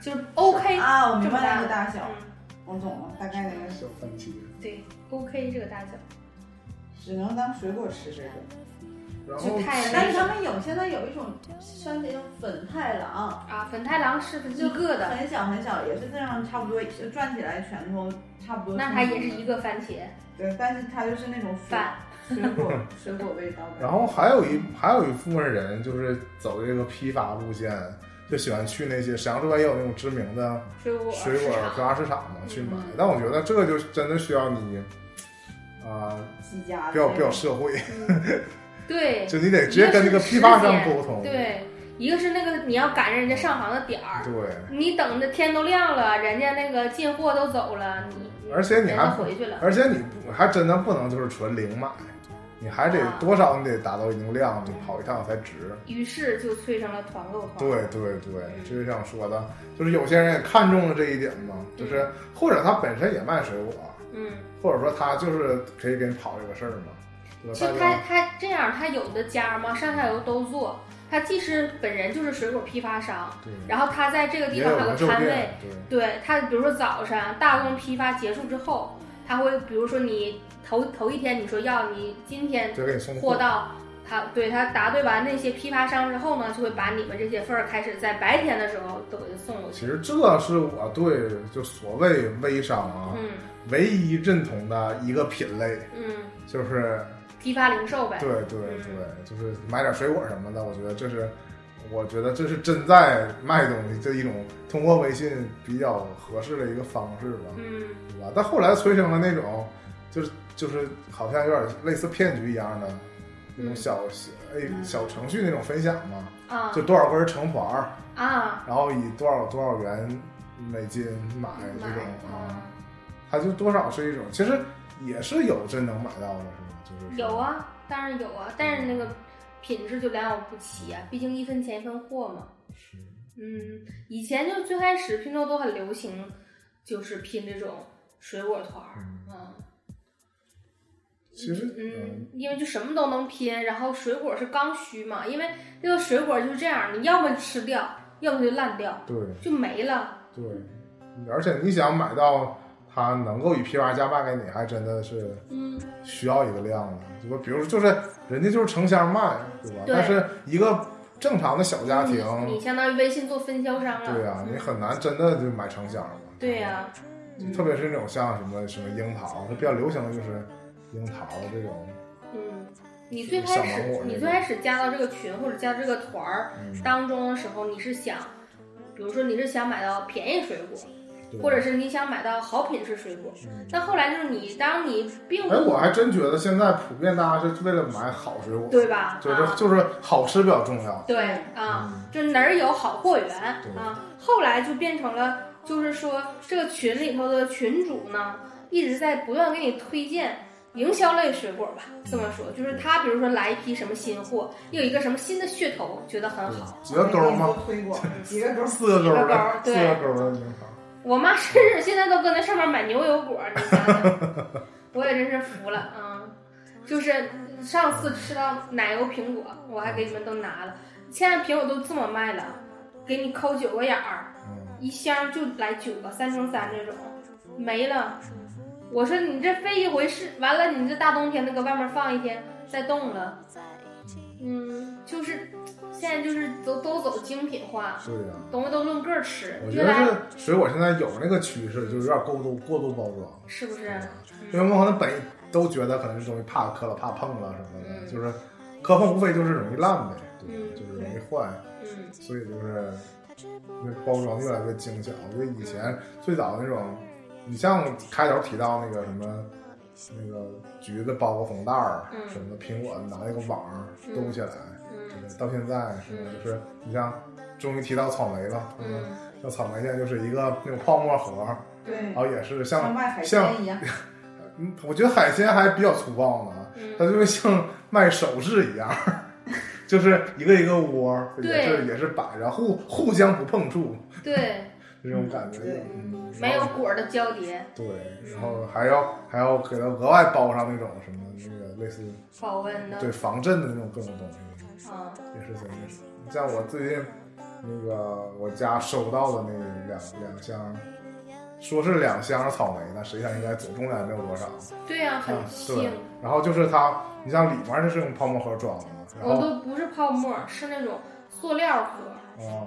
就是 OK，啊，我明这么白大那个大小，嗯，我懂了，大概那个小番茄，对，OK 这个大小，只能当水果吃这个。然就后太但是他们有现在有一种山里叫粉太郎，啊，粉太狼是就一个的，很小很小，也是这样，差不多就转起来拳头差嗯不多。那它也是一个番茄对，但是它就是那种水饭。水果水果味道的。然后还有一还有一部分人就是走这个批发路线，就喜欢去那些沈阳之外也有那种知名的水果水果市批场发市场嘛去买嗯。但我觉得这个就真的需要你啊、几家比较比较社会，嗯对就你得直接跟那个批发商一个是时间沟通。对，一个是那个你要赶上人家上行的点儿，对，你等的天都亮了，人家那个进货都走了，你而且你人还家回去了，而且你不还真的不能就是纯零买，你还得啊多少你得达到一定量，你跑一趟才值。于是就催生了团购团。对对对，这就像说的，就是有些人也看中了这一点嘛，就是或者他本身也卖水果，嗯，或者说他就是可以给你跑这个事儿嘛，对吧？其实大他家他这样，他有的家嘛，上下游都做，他既是本人就是水果批发商，对，然后他在这个地也方有还有零个售摊位店，，对，对他，比如说早上大宗批发结束之后，他会比如说你头头一天你说要你今天就给你送货到他对他答对完那些批发商之后呢，就会把你们这些份儿开始在白天的时候都给他送过去。其实这是我对就所谓微商啊、嗯唯一认同的一个品类，嗯，就是批发零售呗。对对嗯对，就是买点水果什么的，我觉得这是，我觉得这是真在卖东西这一种通过微信比较合适的一个方式吧，嗯对吧？但后来催生了那种，就是就是好像有点类似骗局一样的那种小小哎嗯小程序那种分享嘛，啊就多少根成团儿，啊，然后以多少多少元美金买这买种啊，啊它就多少是一种，其实也是有真能买到的，是吗？就是说有啊，当然有啊，但是那个品质就良莠不齐啊，毕竟一分钱一分货嘛。是嗯，以前就最开始拼多多很流行，就是拼这种水果团儿，嗯嗯其实嗯，因为就什么都能拼，然后水果是刚需嘛，因为这个水果就是这样，你要么吃掉，要么就烂掉，对。就没了。对，而且你想买到它能够以批发价卖给你，还真的是嗯，需要一个量的。就说比如就是人家就是成箱卖，对吧？对但是一个正常的小家庭，嗯你相当于微信做分销商了。对呀、你嗯很难真的就买成箱的。对啊呀、嗯特别是那种像什么什么樱桃，它比较流行的就是樱桃这种，嗯，你最小开芒始果你那最种开始加到这个群或者加这个团儿，嗯，当中的时候，你是想，比如说你是想买到便宜水果，对或者是你想买到好品质水果。嗯但后来就是你，当你并不哎，我还真觉得现在普遍大家是为了买好水果，对吧？就是、啊，就是好吃比较重要。嗯对啊，就是哪儿有好货源对啊。后来就变成了，就是说这个群里头的群主呢，一直在不断给你推荐。营销类水果吧，这么说就是他，比如说来一批什么新货，又有一个什么新的噱头，觉得很好。几个勾吗？？推广几个勾？四个勾勾的儿，四对个勾儿的啊樱桃。我妈甚至现在都搁那上面买牛油果，你想想，我也真是服了啊、嗯！就是上次吃到奶油苹果，我还给你们都拿了，现在苹果都这么卖了，给你抠九个眼儿，嗯，一箱就来九个，三乘三这种，没了。我说你这飞一回是完了，你这大冬天的搁外面放一天再冻了，嗯，就是现在就是都都走精品化，对呀、东西都论个儿吃，我觉越得来这水果现在有那个趋势，就是有点过度过度包装，嗯是不是？啊嗯因为我们可能本都觉得可能是容易怕磕了、怕碰了什么的，嗯就是磕碰无非就是容易烂呗，对吧嗯就是容易坏，嗯所以就是那包装越来越精巧。我觉得以前最早那种，你像开头提到那个什么。那个橘子包个红袋儿，嗯什么苹果拿那个网儿嗯兜起来，嗯到现在是吧？就是你像终于提到草莓了，对吧嗯那草莓现在就是一个那种泡沫盒，对然，后也是像啊像，卖海鲜一 *laughs* 样。嗯我觉得海鲜还比较粗暴呢，它嗯，就是像卖首饰一 *laughs* 样，就是一个一个窝，也是对也是摆着，互互相不碰触对，这种感觉，嗯对嗯，没有嗯然后果儿的交叠对，然后还要还要给它额外包上那种什么那个类似保温的，对防震的那种各种东西，啊，也是挺有意思。像我最近那个我家收到的那两两箱，说是两箱草莓，但实际上应该总重量也没有多少。对呀，很啊对轻，然后就是它，你像里面儿它是用泡沫盒装的嘛，然我后都不是泡沫，是那种塑料盒，啊，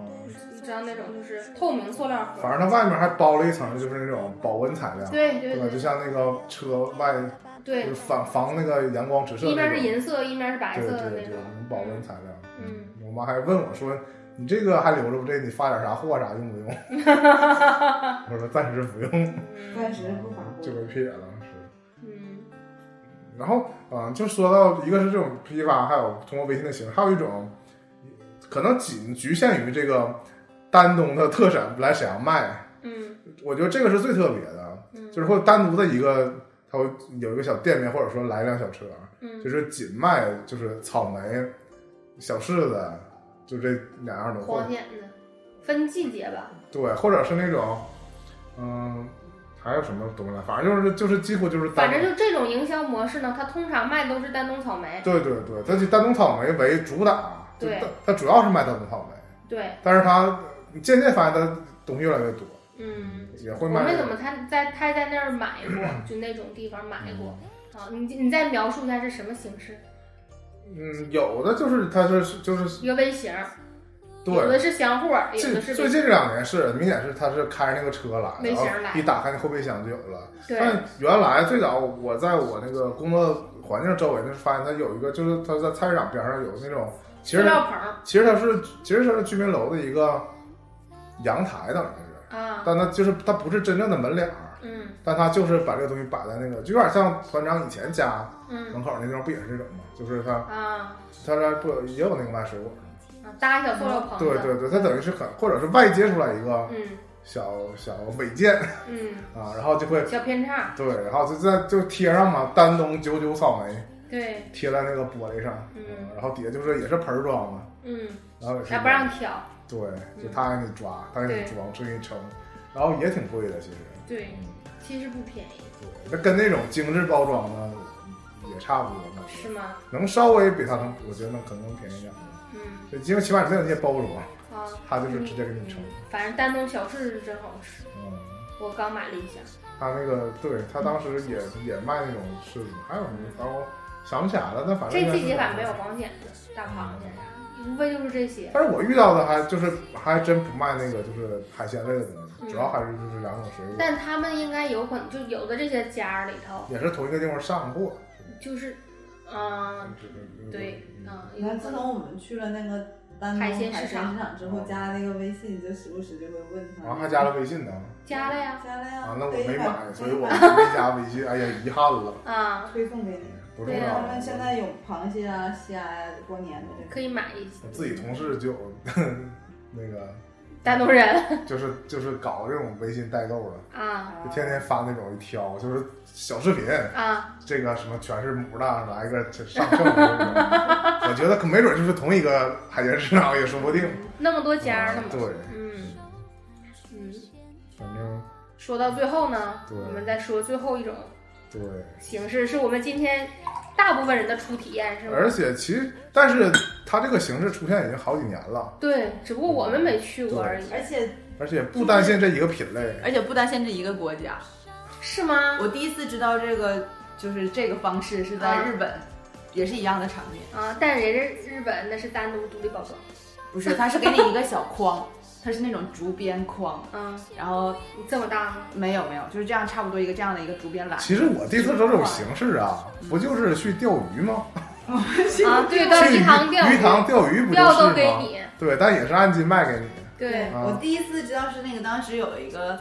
你知道那种就是透明塑料盒。反正它外面还包了一层，就是那种保温材料，对对吧？就像那个车外就对是防防那个阳光直射对，一那边种是。银色，一边是白对色对的对那种。保温材料。嗯，我妈还问我说：“你这个还留着不？这你发点啥货啥用不用？”我说：“暂时不用，嗯暂时不发就布。给撇了。”是。嗯然后，嗯、就说到一个是这种批发，还有通过微信的形式，还有一种可能仅局限于这个丹东的特产来沈阳卖。嗯我觉得这个是最特别的，嗯，就是会单独的一个，它会有一个小店面，或者说来一辆小车，嗯就是仅卖就是草莓、小柿子，就这两样东西。黄蚬子，分季节吧。对，或者是那种，嗯，还有什么东西来，反正就是就是几乎就是单反正就这种营销模式呢，它通常卖都是丹东草莓。对对对，它就丹东草莓为主打，就对它它主要是卖丹东草莓，对，但是它你渐渐发现它东西越来越多，嗯，也我会卖没怎么太在太在那儿买过，就那种地方买过。啊，你你再描述一下是什么形式？嗯，有的就是它是就是一个微型，有对，的是香货，有近的是最近这两年是明显是它是开着那个车来，没然后型儿来一打开那后备箱就有了。对，但原来最早我在我那个工作环境周围，就是发现它有一个，就是它在菜市场边上有那种，其实塑料啊棚其实它是其实它是居民楼的一个阳台等于是，啊，但它就是它不是真正的门脸儿，嗯但它就是把这个东西摆在那个，就有点像团长以前家嗯门口那地方不也是这种吗？就是它啊它那不也有那个卖水果的？啊，搭一小塑料棚子，对对对，它等于是很或者是外接出来一个嗯小小违建嗯，啊，然后就会小偏差，对，然后就在就贴上嘛，丹东九九草莓。对，贴在那个玻璃上，啊嗯然后底下就是也是盆儿装的，嗯，然后也是还不让挑，对，就他给你嗯抓，他给你装，就给你称，然后也挺贵的其实，对，嗯，其实不便宜，对，那跟那种精致包装的也差不多嘛，是吗？能稍微比它能，我觉得能可能能便宜点儿，嗯就因为起码你那些包装，啊，它就是直接给你称，反正丹东小柿是真好吃，嗯，我刚买了一箱，他那个对他当时也也卖那种柿子，还有什么，然后想不起来了，但反正这应该是季节反正没有黄蚬子、大螃蟹啥，无非就是这些。但是我遇到的还就是还真不卖那个就是海鲜类的东西，嗯主要还是就是两种水果，但他们应该有可能，就有的这些家儿里头，也是同一个地方上货。就是，嗯、对，嗯、你有看，可自能从我们去了那个丹东海海鲜鲜市市场场之后，加了那个微信，就时不时就会问他。然啊后还加了微信呢，加了呀，加了呀。啊，那我对没还买，所以 *laughs* 我还没加微信，哎呀，遗憾了，嗯啊，推送给你。不重对啊要他。们现在有螃蟹啊、虾呀，过年的这个可以买一些我。自己同事就 *laughs* 有那个，丹东人就是就是搞这种微信代购的，啊就天天发那种一挑，就是小视频，啊，这个什么全是母的，来个这上秤的这种，我觉得可没准就是同一个海鲜市场也说不定。那么多家呢嘛，对，嗯嗯。反正说到最后呢，对我们再说最后一种对。形式，是我们今天大部分人的初体验，是吗？而且其实，但是它这个形式出现已经好几年了，对，只不过我们没去过而已，而且而且不单限这一个品类，而且不单限制一个国家。是吗？我第一次知道这个，就是这个方式是在日本，也是一样的场面，啊，但人家日本那是单独独立包装，不是，它是给你一个小筐，它是那种竹编筐，嗯，然后你这么大吗？没有没有，就是这样，差不多一个这样的一个竹编篮。其实我第一次知道这种形式啊，不就是去钓鱼吗？啊，对，到去鱼塘钓鱼塘钓鱼不就钓都是给吗？你，对，但也是按斤卖给你。对，啊我第一次知道是那个，当时有一个，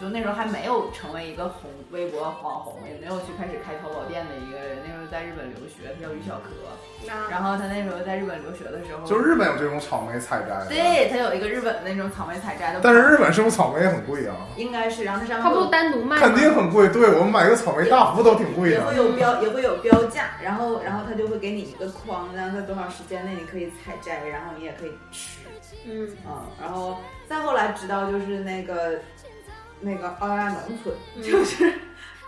就那时候还没有成为一个红微博网红，也没有去开始开淘宝店的一个人，那时候在日本留学，叫于小可。嗯那然后他那时候在日本留学的时候，哦就是日本有这种草莓采摘的，对他有一个日本的那种草莓采摘的，但是日本是不是草莓也很贵啊？应该是，然后它上面他会不有都单独卖吗？肯定很贵，对我们买个草莓大福都挺贵也的会。有标，也会有标价，然后然后他就会给你一个框，然后在多少时间内你可以采摘，然后你也可以吃嗯啊、然后再后来知道就是那个那个奥亚农村，嗯就是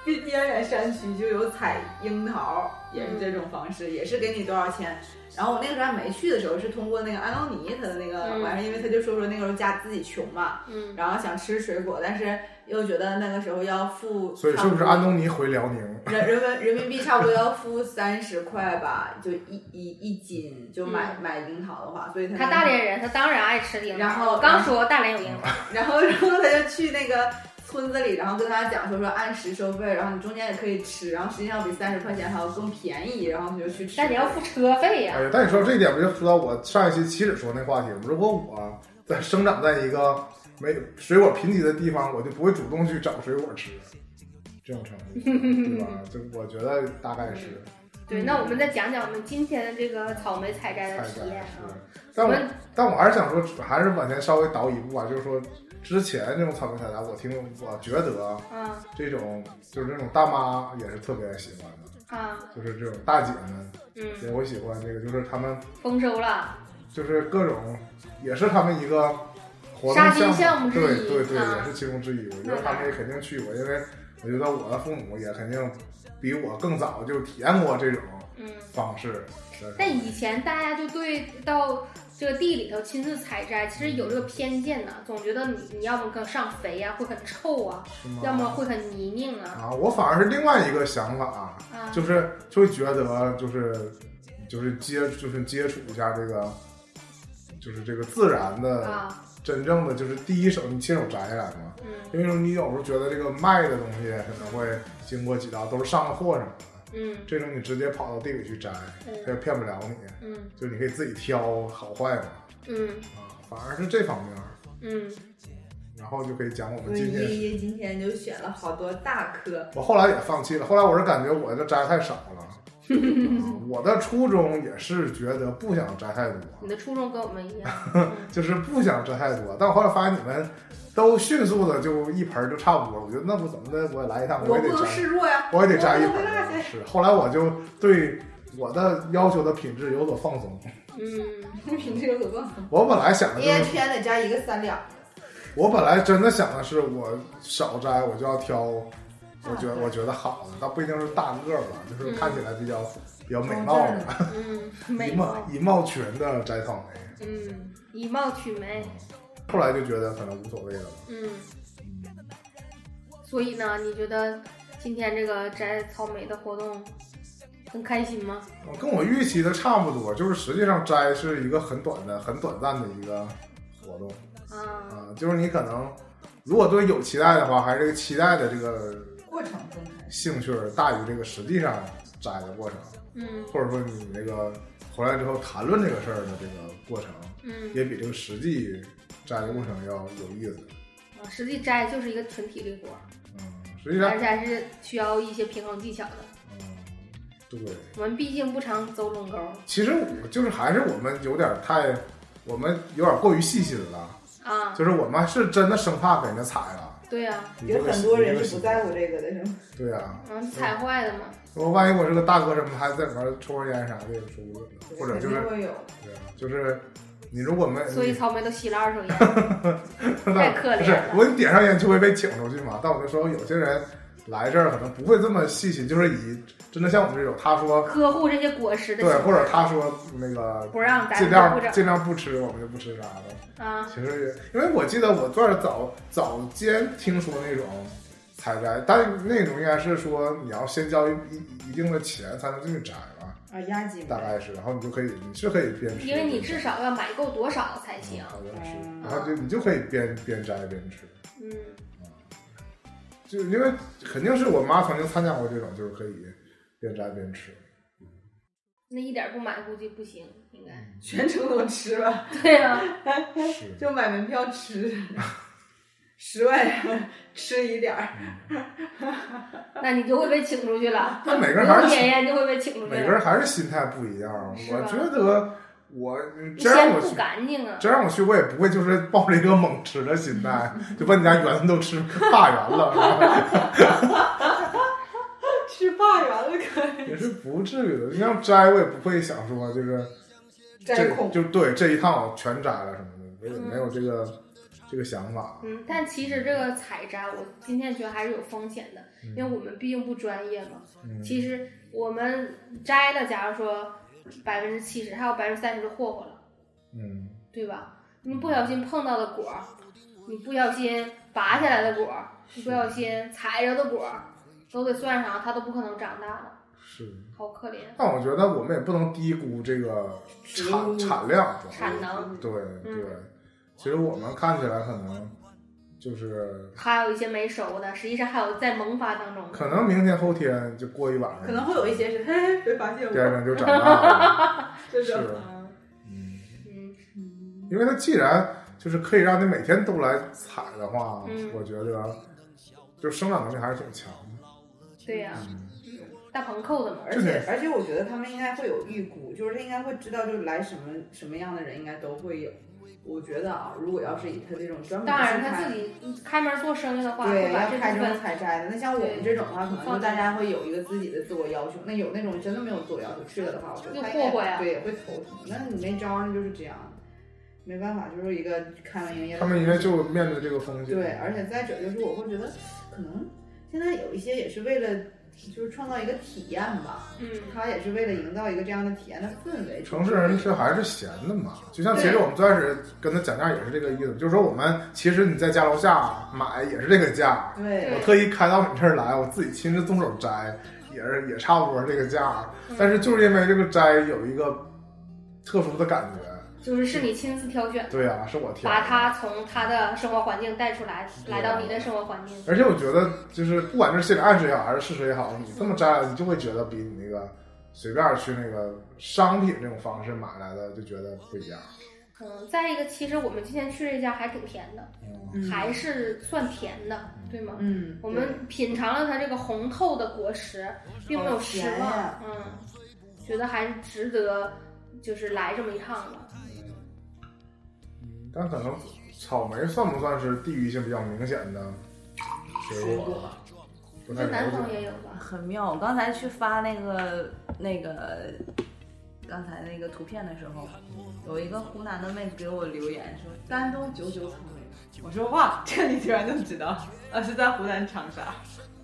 边边远山区就有采樱桃，也是这种方式，也是给你多少钱。然后我那个时候还没去的时候，是通过那个安东尼他的那个嗯晚上，因为他就说说那个时候家自己穷嘛，嗯，然后想吃水果，但是又觉得那个时候要付，所以是不是安东尼回辽宁？人人民人民币差不多要付三十块吧，就一一一斤就买、买樱桃的话，所以他嗯他那大个连人，他当然爱吃樱桃。然后我刚说大连有樱桃，然后然后他就去那个村子里，然后跟他讲说说按时收费，然后你中间也可以吃，然后实际上比三十块钱还要更便宜，然后他就去吃。但你要付车费呀、哎呀，但你说这一点，不就说到我上一期起始说那话题吗？如果我在生长在一个没水果贫瘠的地方，我就不会主动去找水果吃，这种程度，对吧？就我觉得大概是嗯对，那我们再讲讲我们今天的这个草莓采摘大的概体是验啊。。但我我们但我还是想说，还是往前稍微倒一步啊吧，就是说之前这种草莓采摘，我听我觉得啊这种就是这种大妈也是特别喜欢的，啊就是这种大姐们嗯，也会喜欢这个，就是她们丰收了，就是各种也是他们一个活动杀鸡项项目之对一对对，啊也是其中之一。我觉得他们也肯定去过，因为我觉得我的父母也肯定比我更早就体验过这种嗯。方式。但以前大家就对到这个地里头亲自采摘，其实有这个偏见呢，总觉得你你要么更上肥呀、会很臭啊，是吗要么会很泥泞啊，啊，我反而是另外一个想法、啊，就是就会觉得就是就是接就是接触一下这个。就是这个自然的，啊，真正的就是第一手，你亲手摘下来嘛。嗯因为你有时候觉得这个卖的东西可能会经过几道都是上了货什么的，嗯这种你直接跑到地里去摘，他嗯也骗不了你，嗯就你可以自己挑好坏嘛，嗯啊，反而是这方面，嗯，然后就可以讲我们所今以天。依依今天就选了好多大颗，我后来也放弃了，后来我是感觉我这摘太少了，啊我的初衷也是觉得不想摘太你多，的初衷跟我们一样，嗯就是不想摘太多，但我后来发现你们都迅速的就一盆儿就差不多了，我觉得那不怎么的，我也来一趟，我也不得能摘。示弱呀，我也得摘一我不盆能落儿。下是，后来我就对我的要求的品质有所放松。 *laughs* 嗯，你这个怎么办？我本来想的一就人是，去得加一个三两，我本来真的想的是，我少摘，我就要挑，我觉得大个儿我觉得好的，但不一定是大个儿吧，就是看起来比较比较美中貌正的，嗯，美以貌貌，以貌取人的摘草莓。嗯，以貌取美，后来就觉得可能无所谓了。嗯，所以呢，你觉得今天这个摘草莓的活动很开心吗？跟我预期的差不多，就是实际上摘是一个很短的、很短暂的一个活动。啊，啊，就是你可能如果对有期待的话，还是这个期待的这个过程更开兴趣儿大于这个实际上摘的过程，嗯或者说你那个回来之后谈论这个事儿的这个过程，嗯。也比这个实际摘的过程要有意思。啊，实际摘就是一个纯体力活儿，嗯，实际上而，且还是需要一些平衡技巧的。嗯，对，我们毕竟不常走垄沟儿其实我就是还是我们有点儿太，我们有点儿过于细心了，啊，就是我们是真的生怕给人家踩了。对啊呀、有很多人是是不在乎这个的，是吗？对啊，啊，你踩坏了嘛，我万一我是个大哥什么，还在里面抽根烟啥的也说不准， *laughs* 或者就肯是定会有。对啊，就是你如果没，所以你草莓都吸了二手 *laughs* 烟。太可怜了不是我你点上烟就会被请出去嘛。但我就说有些人来这儿可能不会这么细心，就是以真的像我们这种，他说呵护这些果实的对行，为，或者他说那个不让咱尽不量整尽量不吃，我们就不吃啥的。啊，其实也因为我记得我这儿早早间听说那种采摘，但那种应该是说你要先交一一一定的钱才能进去摘吧，啊，压惊大概是，然后你就可以你是可以边吃，因为你至少要买够多少才行。好像是，嗯然后就你就可以边边摘边吃，嗯就因为肯定是我妈曾经参加过这种，就是可以边摘边 *laughs* 吃。那一点儿不买估计不行，应该。 *laughs* *laughs* 全程都吃吧，对啊呀、嗯是，就买门票 *laughs* 吃，十万人吃一点儿， *laughs* 那你就会被请出去了，但每个人不还用是点烟就会被请出去每个了。人还是心态不一样。是吧我觉得我真让先我不去，干净啊，真让我去，我也不会就是抱着一个猛吃的心态，就把你家园子都吃大圆了， *laughs* 吃罢园了可以。也是不至于的。你像摘，我也不会想说就是摘这空就对这一趟我全摘了什么的，我也没有这个这个想法。嗯，但其实这个采摘，我今天觉得还是有风险的，因为嗯我们毕竟不专业嘛。嗯其实我们摘了，假如说百分之七十，还有百分之三十就霍霍了，嗯，对吧？你不小心碰到的果儿，你不小心拔下来的果儿，你不小心踩着的果儿，都得算上，它都不可能长大的，是。好可怜。但我觉得我们也不能低估这个植产物产量，产能对对。其实我们看起来可能就是，还有一些没熟的，实际上还有在萌发当中的。可能明天后天就过一晚上，可能会有一些是嘿嘿没发现第二我，天就长大了。这是是嗯嗯，啊嗯，因为它既然就是可以让你每天都来采的话，嗯我觉得就生长能力还是挺强的。对啊呀、嗯大棚扣的嘛，而这且点而且我觉得他们应该会有预估，就是他应该会知道，就是来什么什么样的人应该都会有。我觉得啊，如果要是以他这种专门当然，去他看自己开门做生意的话，对，会把要这开部这种分采摘的。那像我们这种的话，可能就大家会有一个自己的自我要求。那有那种真的没有自我要求去了的话，我觉得就他应该霍霍呀对，也会头疼。那你没招儿，那就是这样，没办法，就是一个开完营业。他们应该就面对这个风险。对，而且再者就是，我会觉得可能现在有一些也是为了。就是创造一个体验吧，嗯，他也是为了营造一个这样的体验的氛围。城市人是还是闲的嘛，就像其实我们最开始跟他讲价也是这个意思，就是说我们其实你在家楼下买也是这个价，对，我特意开到你这儿来，我自己亲自动手摘，也是也差不多是这个价，嗯但是就是因为这个摘有一个特殊的感觉，就是是你亲自挑选，对呀、是我挑的，把他从他的生活环境带出来，来到你的生活环境。而且我觉得就是不管是心理暗示也好，还是事实也好，你这么摘，你就会觉得比你那个随便去那个商品这种方式买来的就觉得不一样，嗯，再一个，其实我们今天去这家还挺甜的，嗯，嗯还是算甜的，对吗？嗯，我们品尝了它这个红透的果实，并没有失好甜望呀，嗯，觉得还是值得，就是来这么一趟的。嗯但可能草莓算不算是地域性比较明显的水果啊？不太那南了方解。也有吧？很妙。我刚才去发那个那个刚才那个图片的时候，有一个湖南的妹子给我留言说丹东九九草莓，我说哇，这你居然能知道？啊，是在湖南长沙，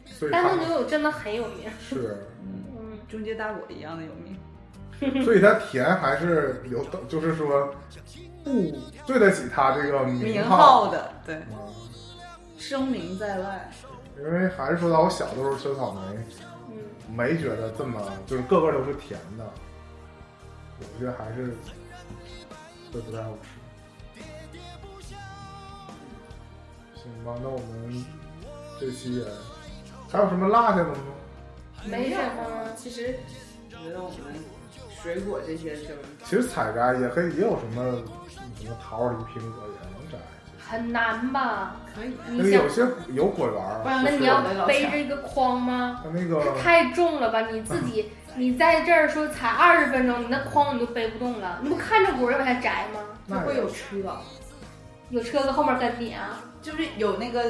所以丹东它牛有真的很有名，是，嗯，中间大果一样的有名。所以它甜还是有，就是说不对得起它这个名号号的，对，啊声名在外。因为还是说到我小的时候吃草莓，嗯。没觉得这么就是个个都是甜的，我觉得还是都不太好吃。行吧，那我们这期也还有什么落下的吗？没嗯什么其实我觉得我们水果这些就其实采摘也可以，也有什么什么桃、梨、苹果也能摘。很难吧？可以，那你个想有，些有果园儿，那就是你要背着一个筐吗？它那它个太重了吧？你自己，你在这儿说踩二十分钟，你那筐你就背不动了。你不看着果儿就把它摘吗？它那会也有车，有车搁后面跟你啊，就是有那个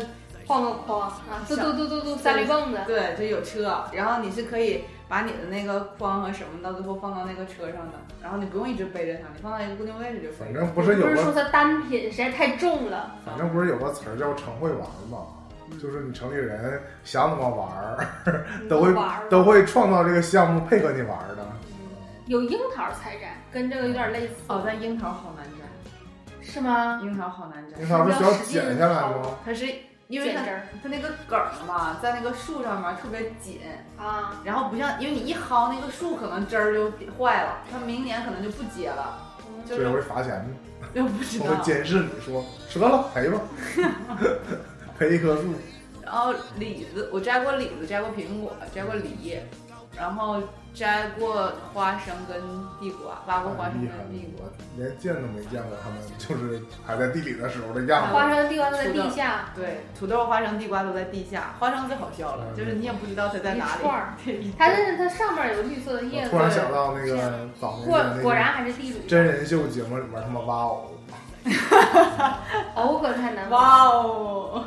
晃个筐啊，嘟嘟嘟嘟嘟，三驴蹦子。对，就有车，然后你是可以把你的那个筐和什么到最后放到那个车上的，然后你不用一直背着它，你放到一个固定位置就可反以。正不是有不是说个它单品实在太重了，反正不是有个词儿叫城会玩儿嘛，嗯就是你城里人想怎么玩儿你都会玩儿都了。嗯会创造这个项目配合你玩儿的。有樱桃采摘，跟这个有点类似，哦，但樱桃好难摘，是吗？樱桃好难摘樱，桃不是需要剪下来吗？它是因为剪它枝儿它那个梗儿嘛，在那个树上面特别紧，啊，然后不像因为你一薅那个树，可能枝儿就坏了，它明年可能就不结了，嗯就所以是会罚钱吗？就不知我道。会监视你说折了赔吧，赔一棵树。然后李子，我摘过李子，摘过苹果，摘过梨，然后摘过花生跟地瓜，挖过花生哎厉跟害了地，瓜我。连见都没见过他们，就是还在地里的时候的样子。花生地瓜都在地下，对，土豆、花生、地瓜都在地下。花生最好笑了，就是你也不知道它在一哪串里。儿，它但是它上面有绿色的叶我子突。然想到那个早年果的那果个然还是地主，真人秀节目里面他们挖藕，藕可太难挖，哇哦，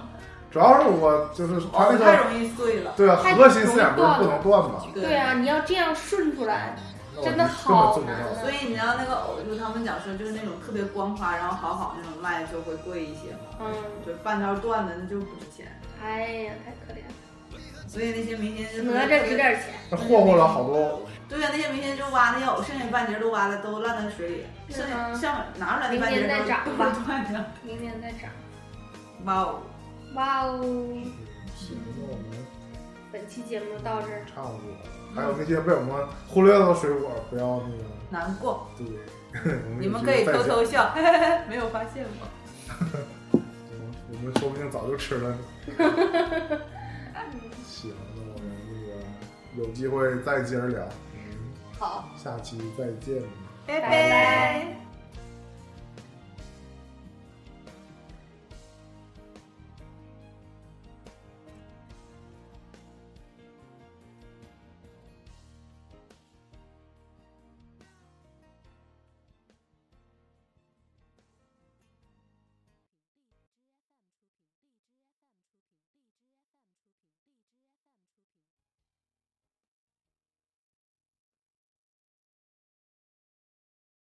主要是我就是哦他那太个容易碎了。对啊太核心思想不是容易断了啊不能断吗？对啊，，你要这样顺出来，那我真的根本好做不难到。啊所以你知道那个藕，就是他们讲说，就是那种特别光滑，然后好好那种卖就会贵一些嘛，嗯，就是半条断的那就不值钱。哎呀，太可怜了，所以那些明星就哪吒值点钱，那霍霍了好多，对啊呀，那些明星就挖那些藕，剩下半截都挖的都烂在水里，是剩吗下像拿出来的半截啊明年再都长都吧断掉。明年再涨。哇哦，哇哦，嗯行，那我们本期节目到这儿，差不多。还有那些被我们忽略到的水果，不要那个，难过，对， *laughs* 我你们有机可会以再偷讲偷笑， *laughs* 没有发现吗？我们说不定早就吃了呢。行，那我们那个有机会再接着聊，嗯，好。下期再见。拜拜拜拜。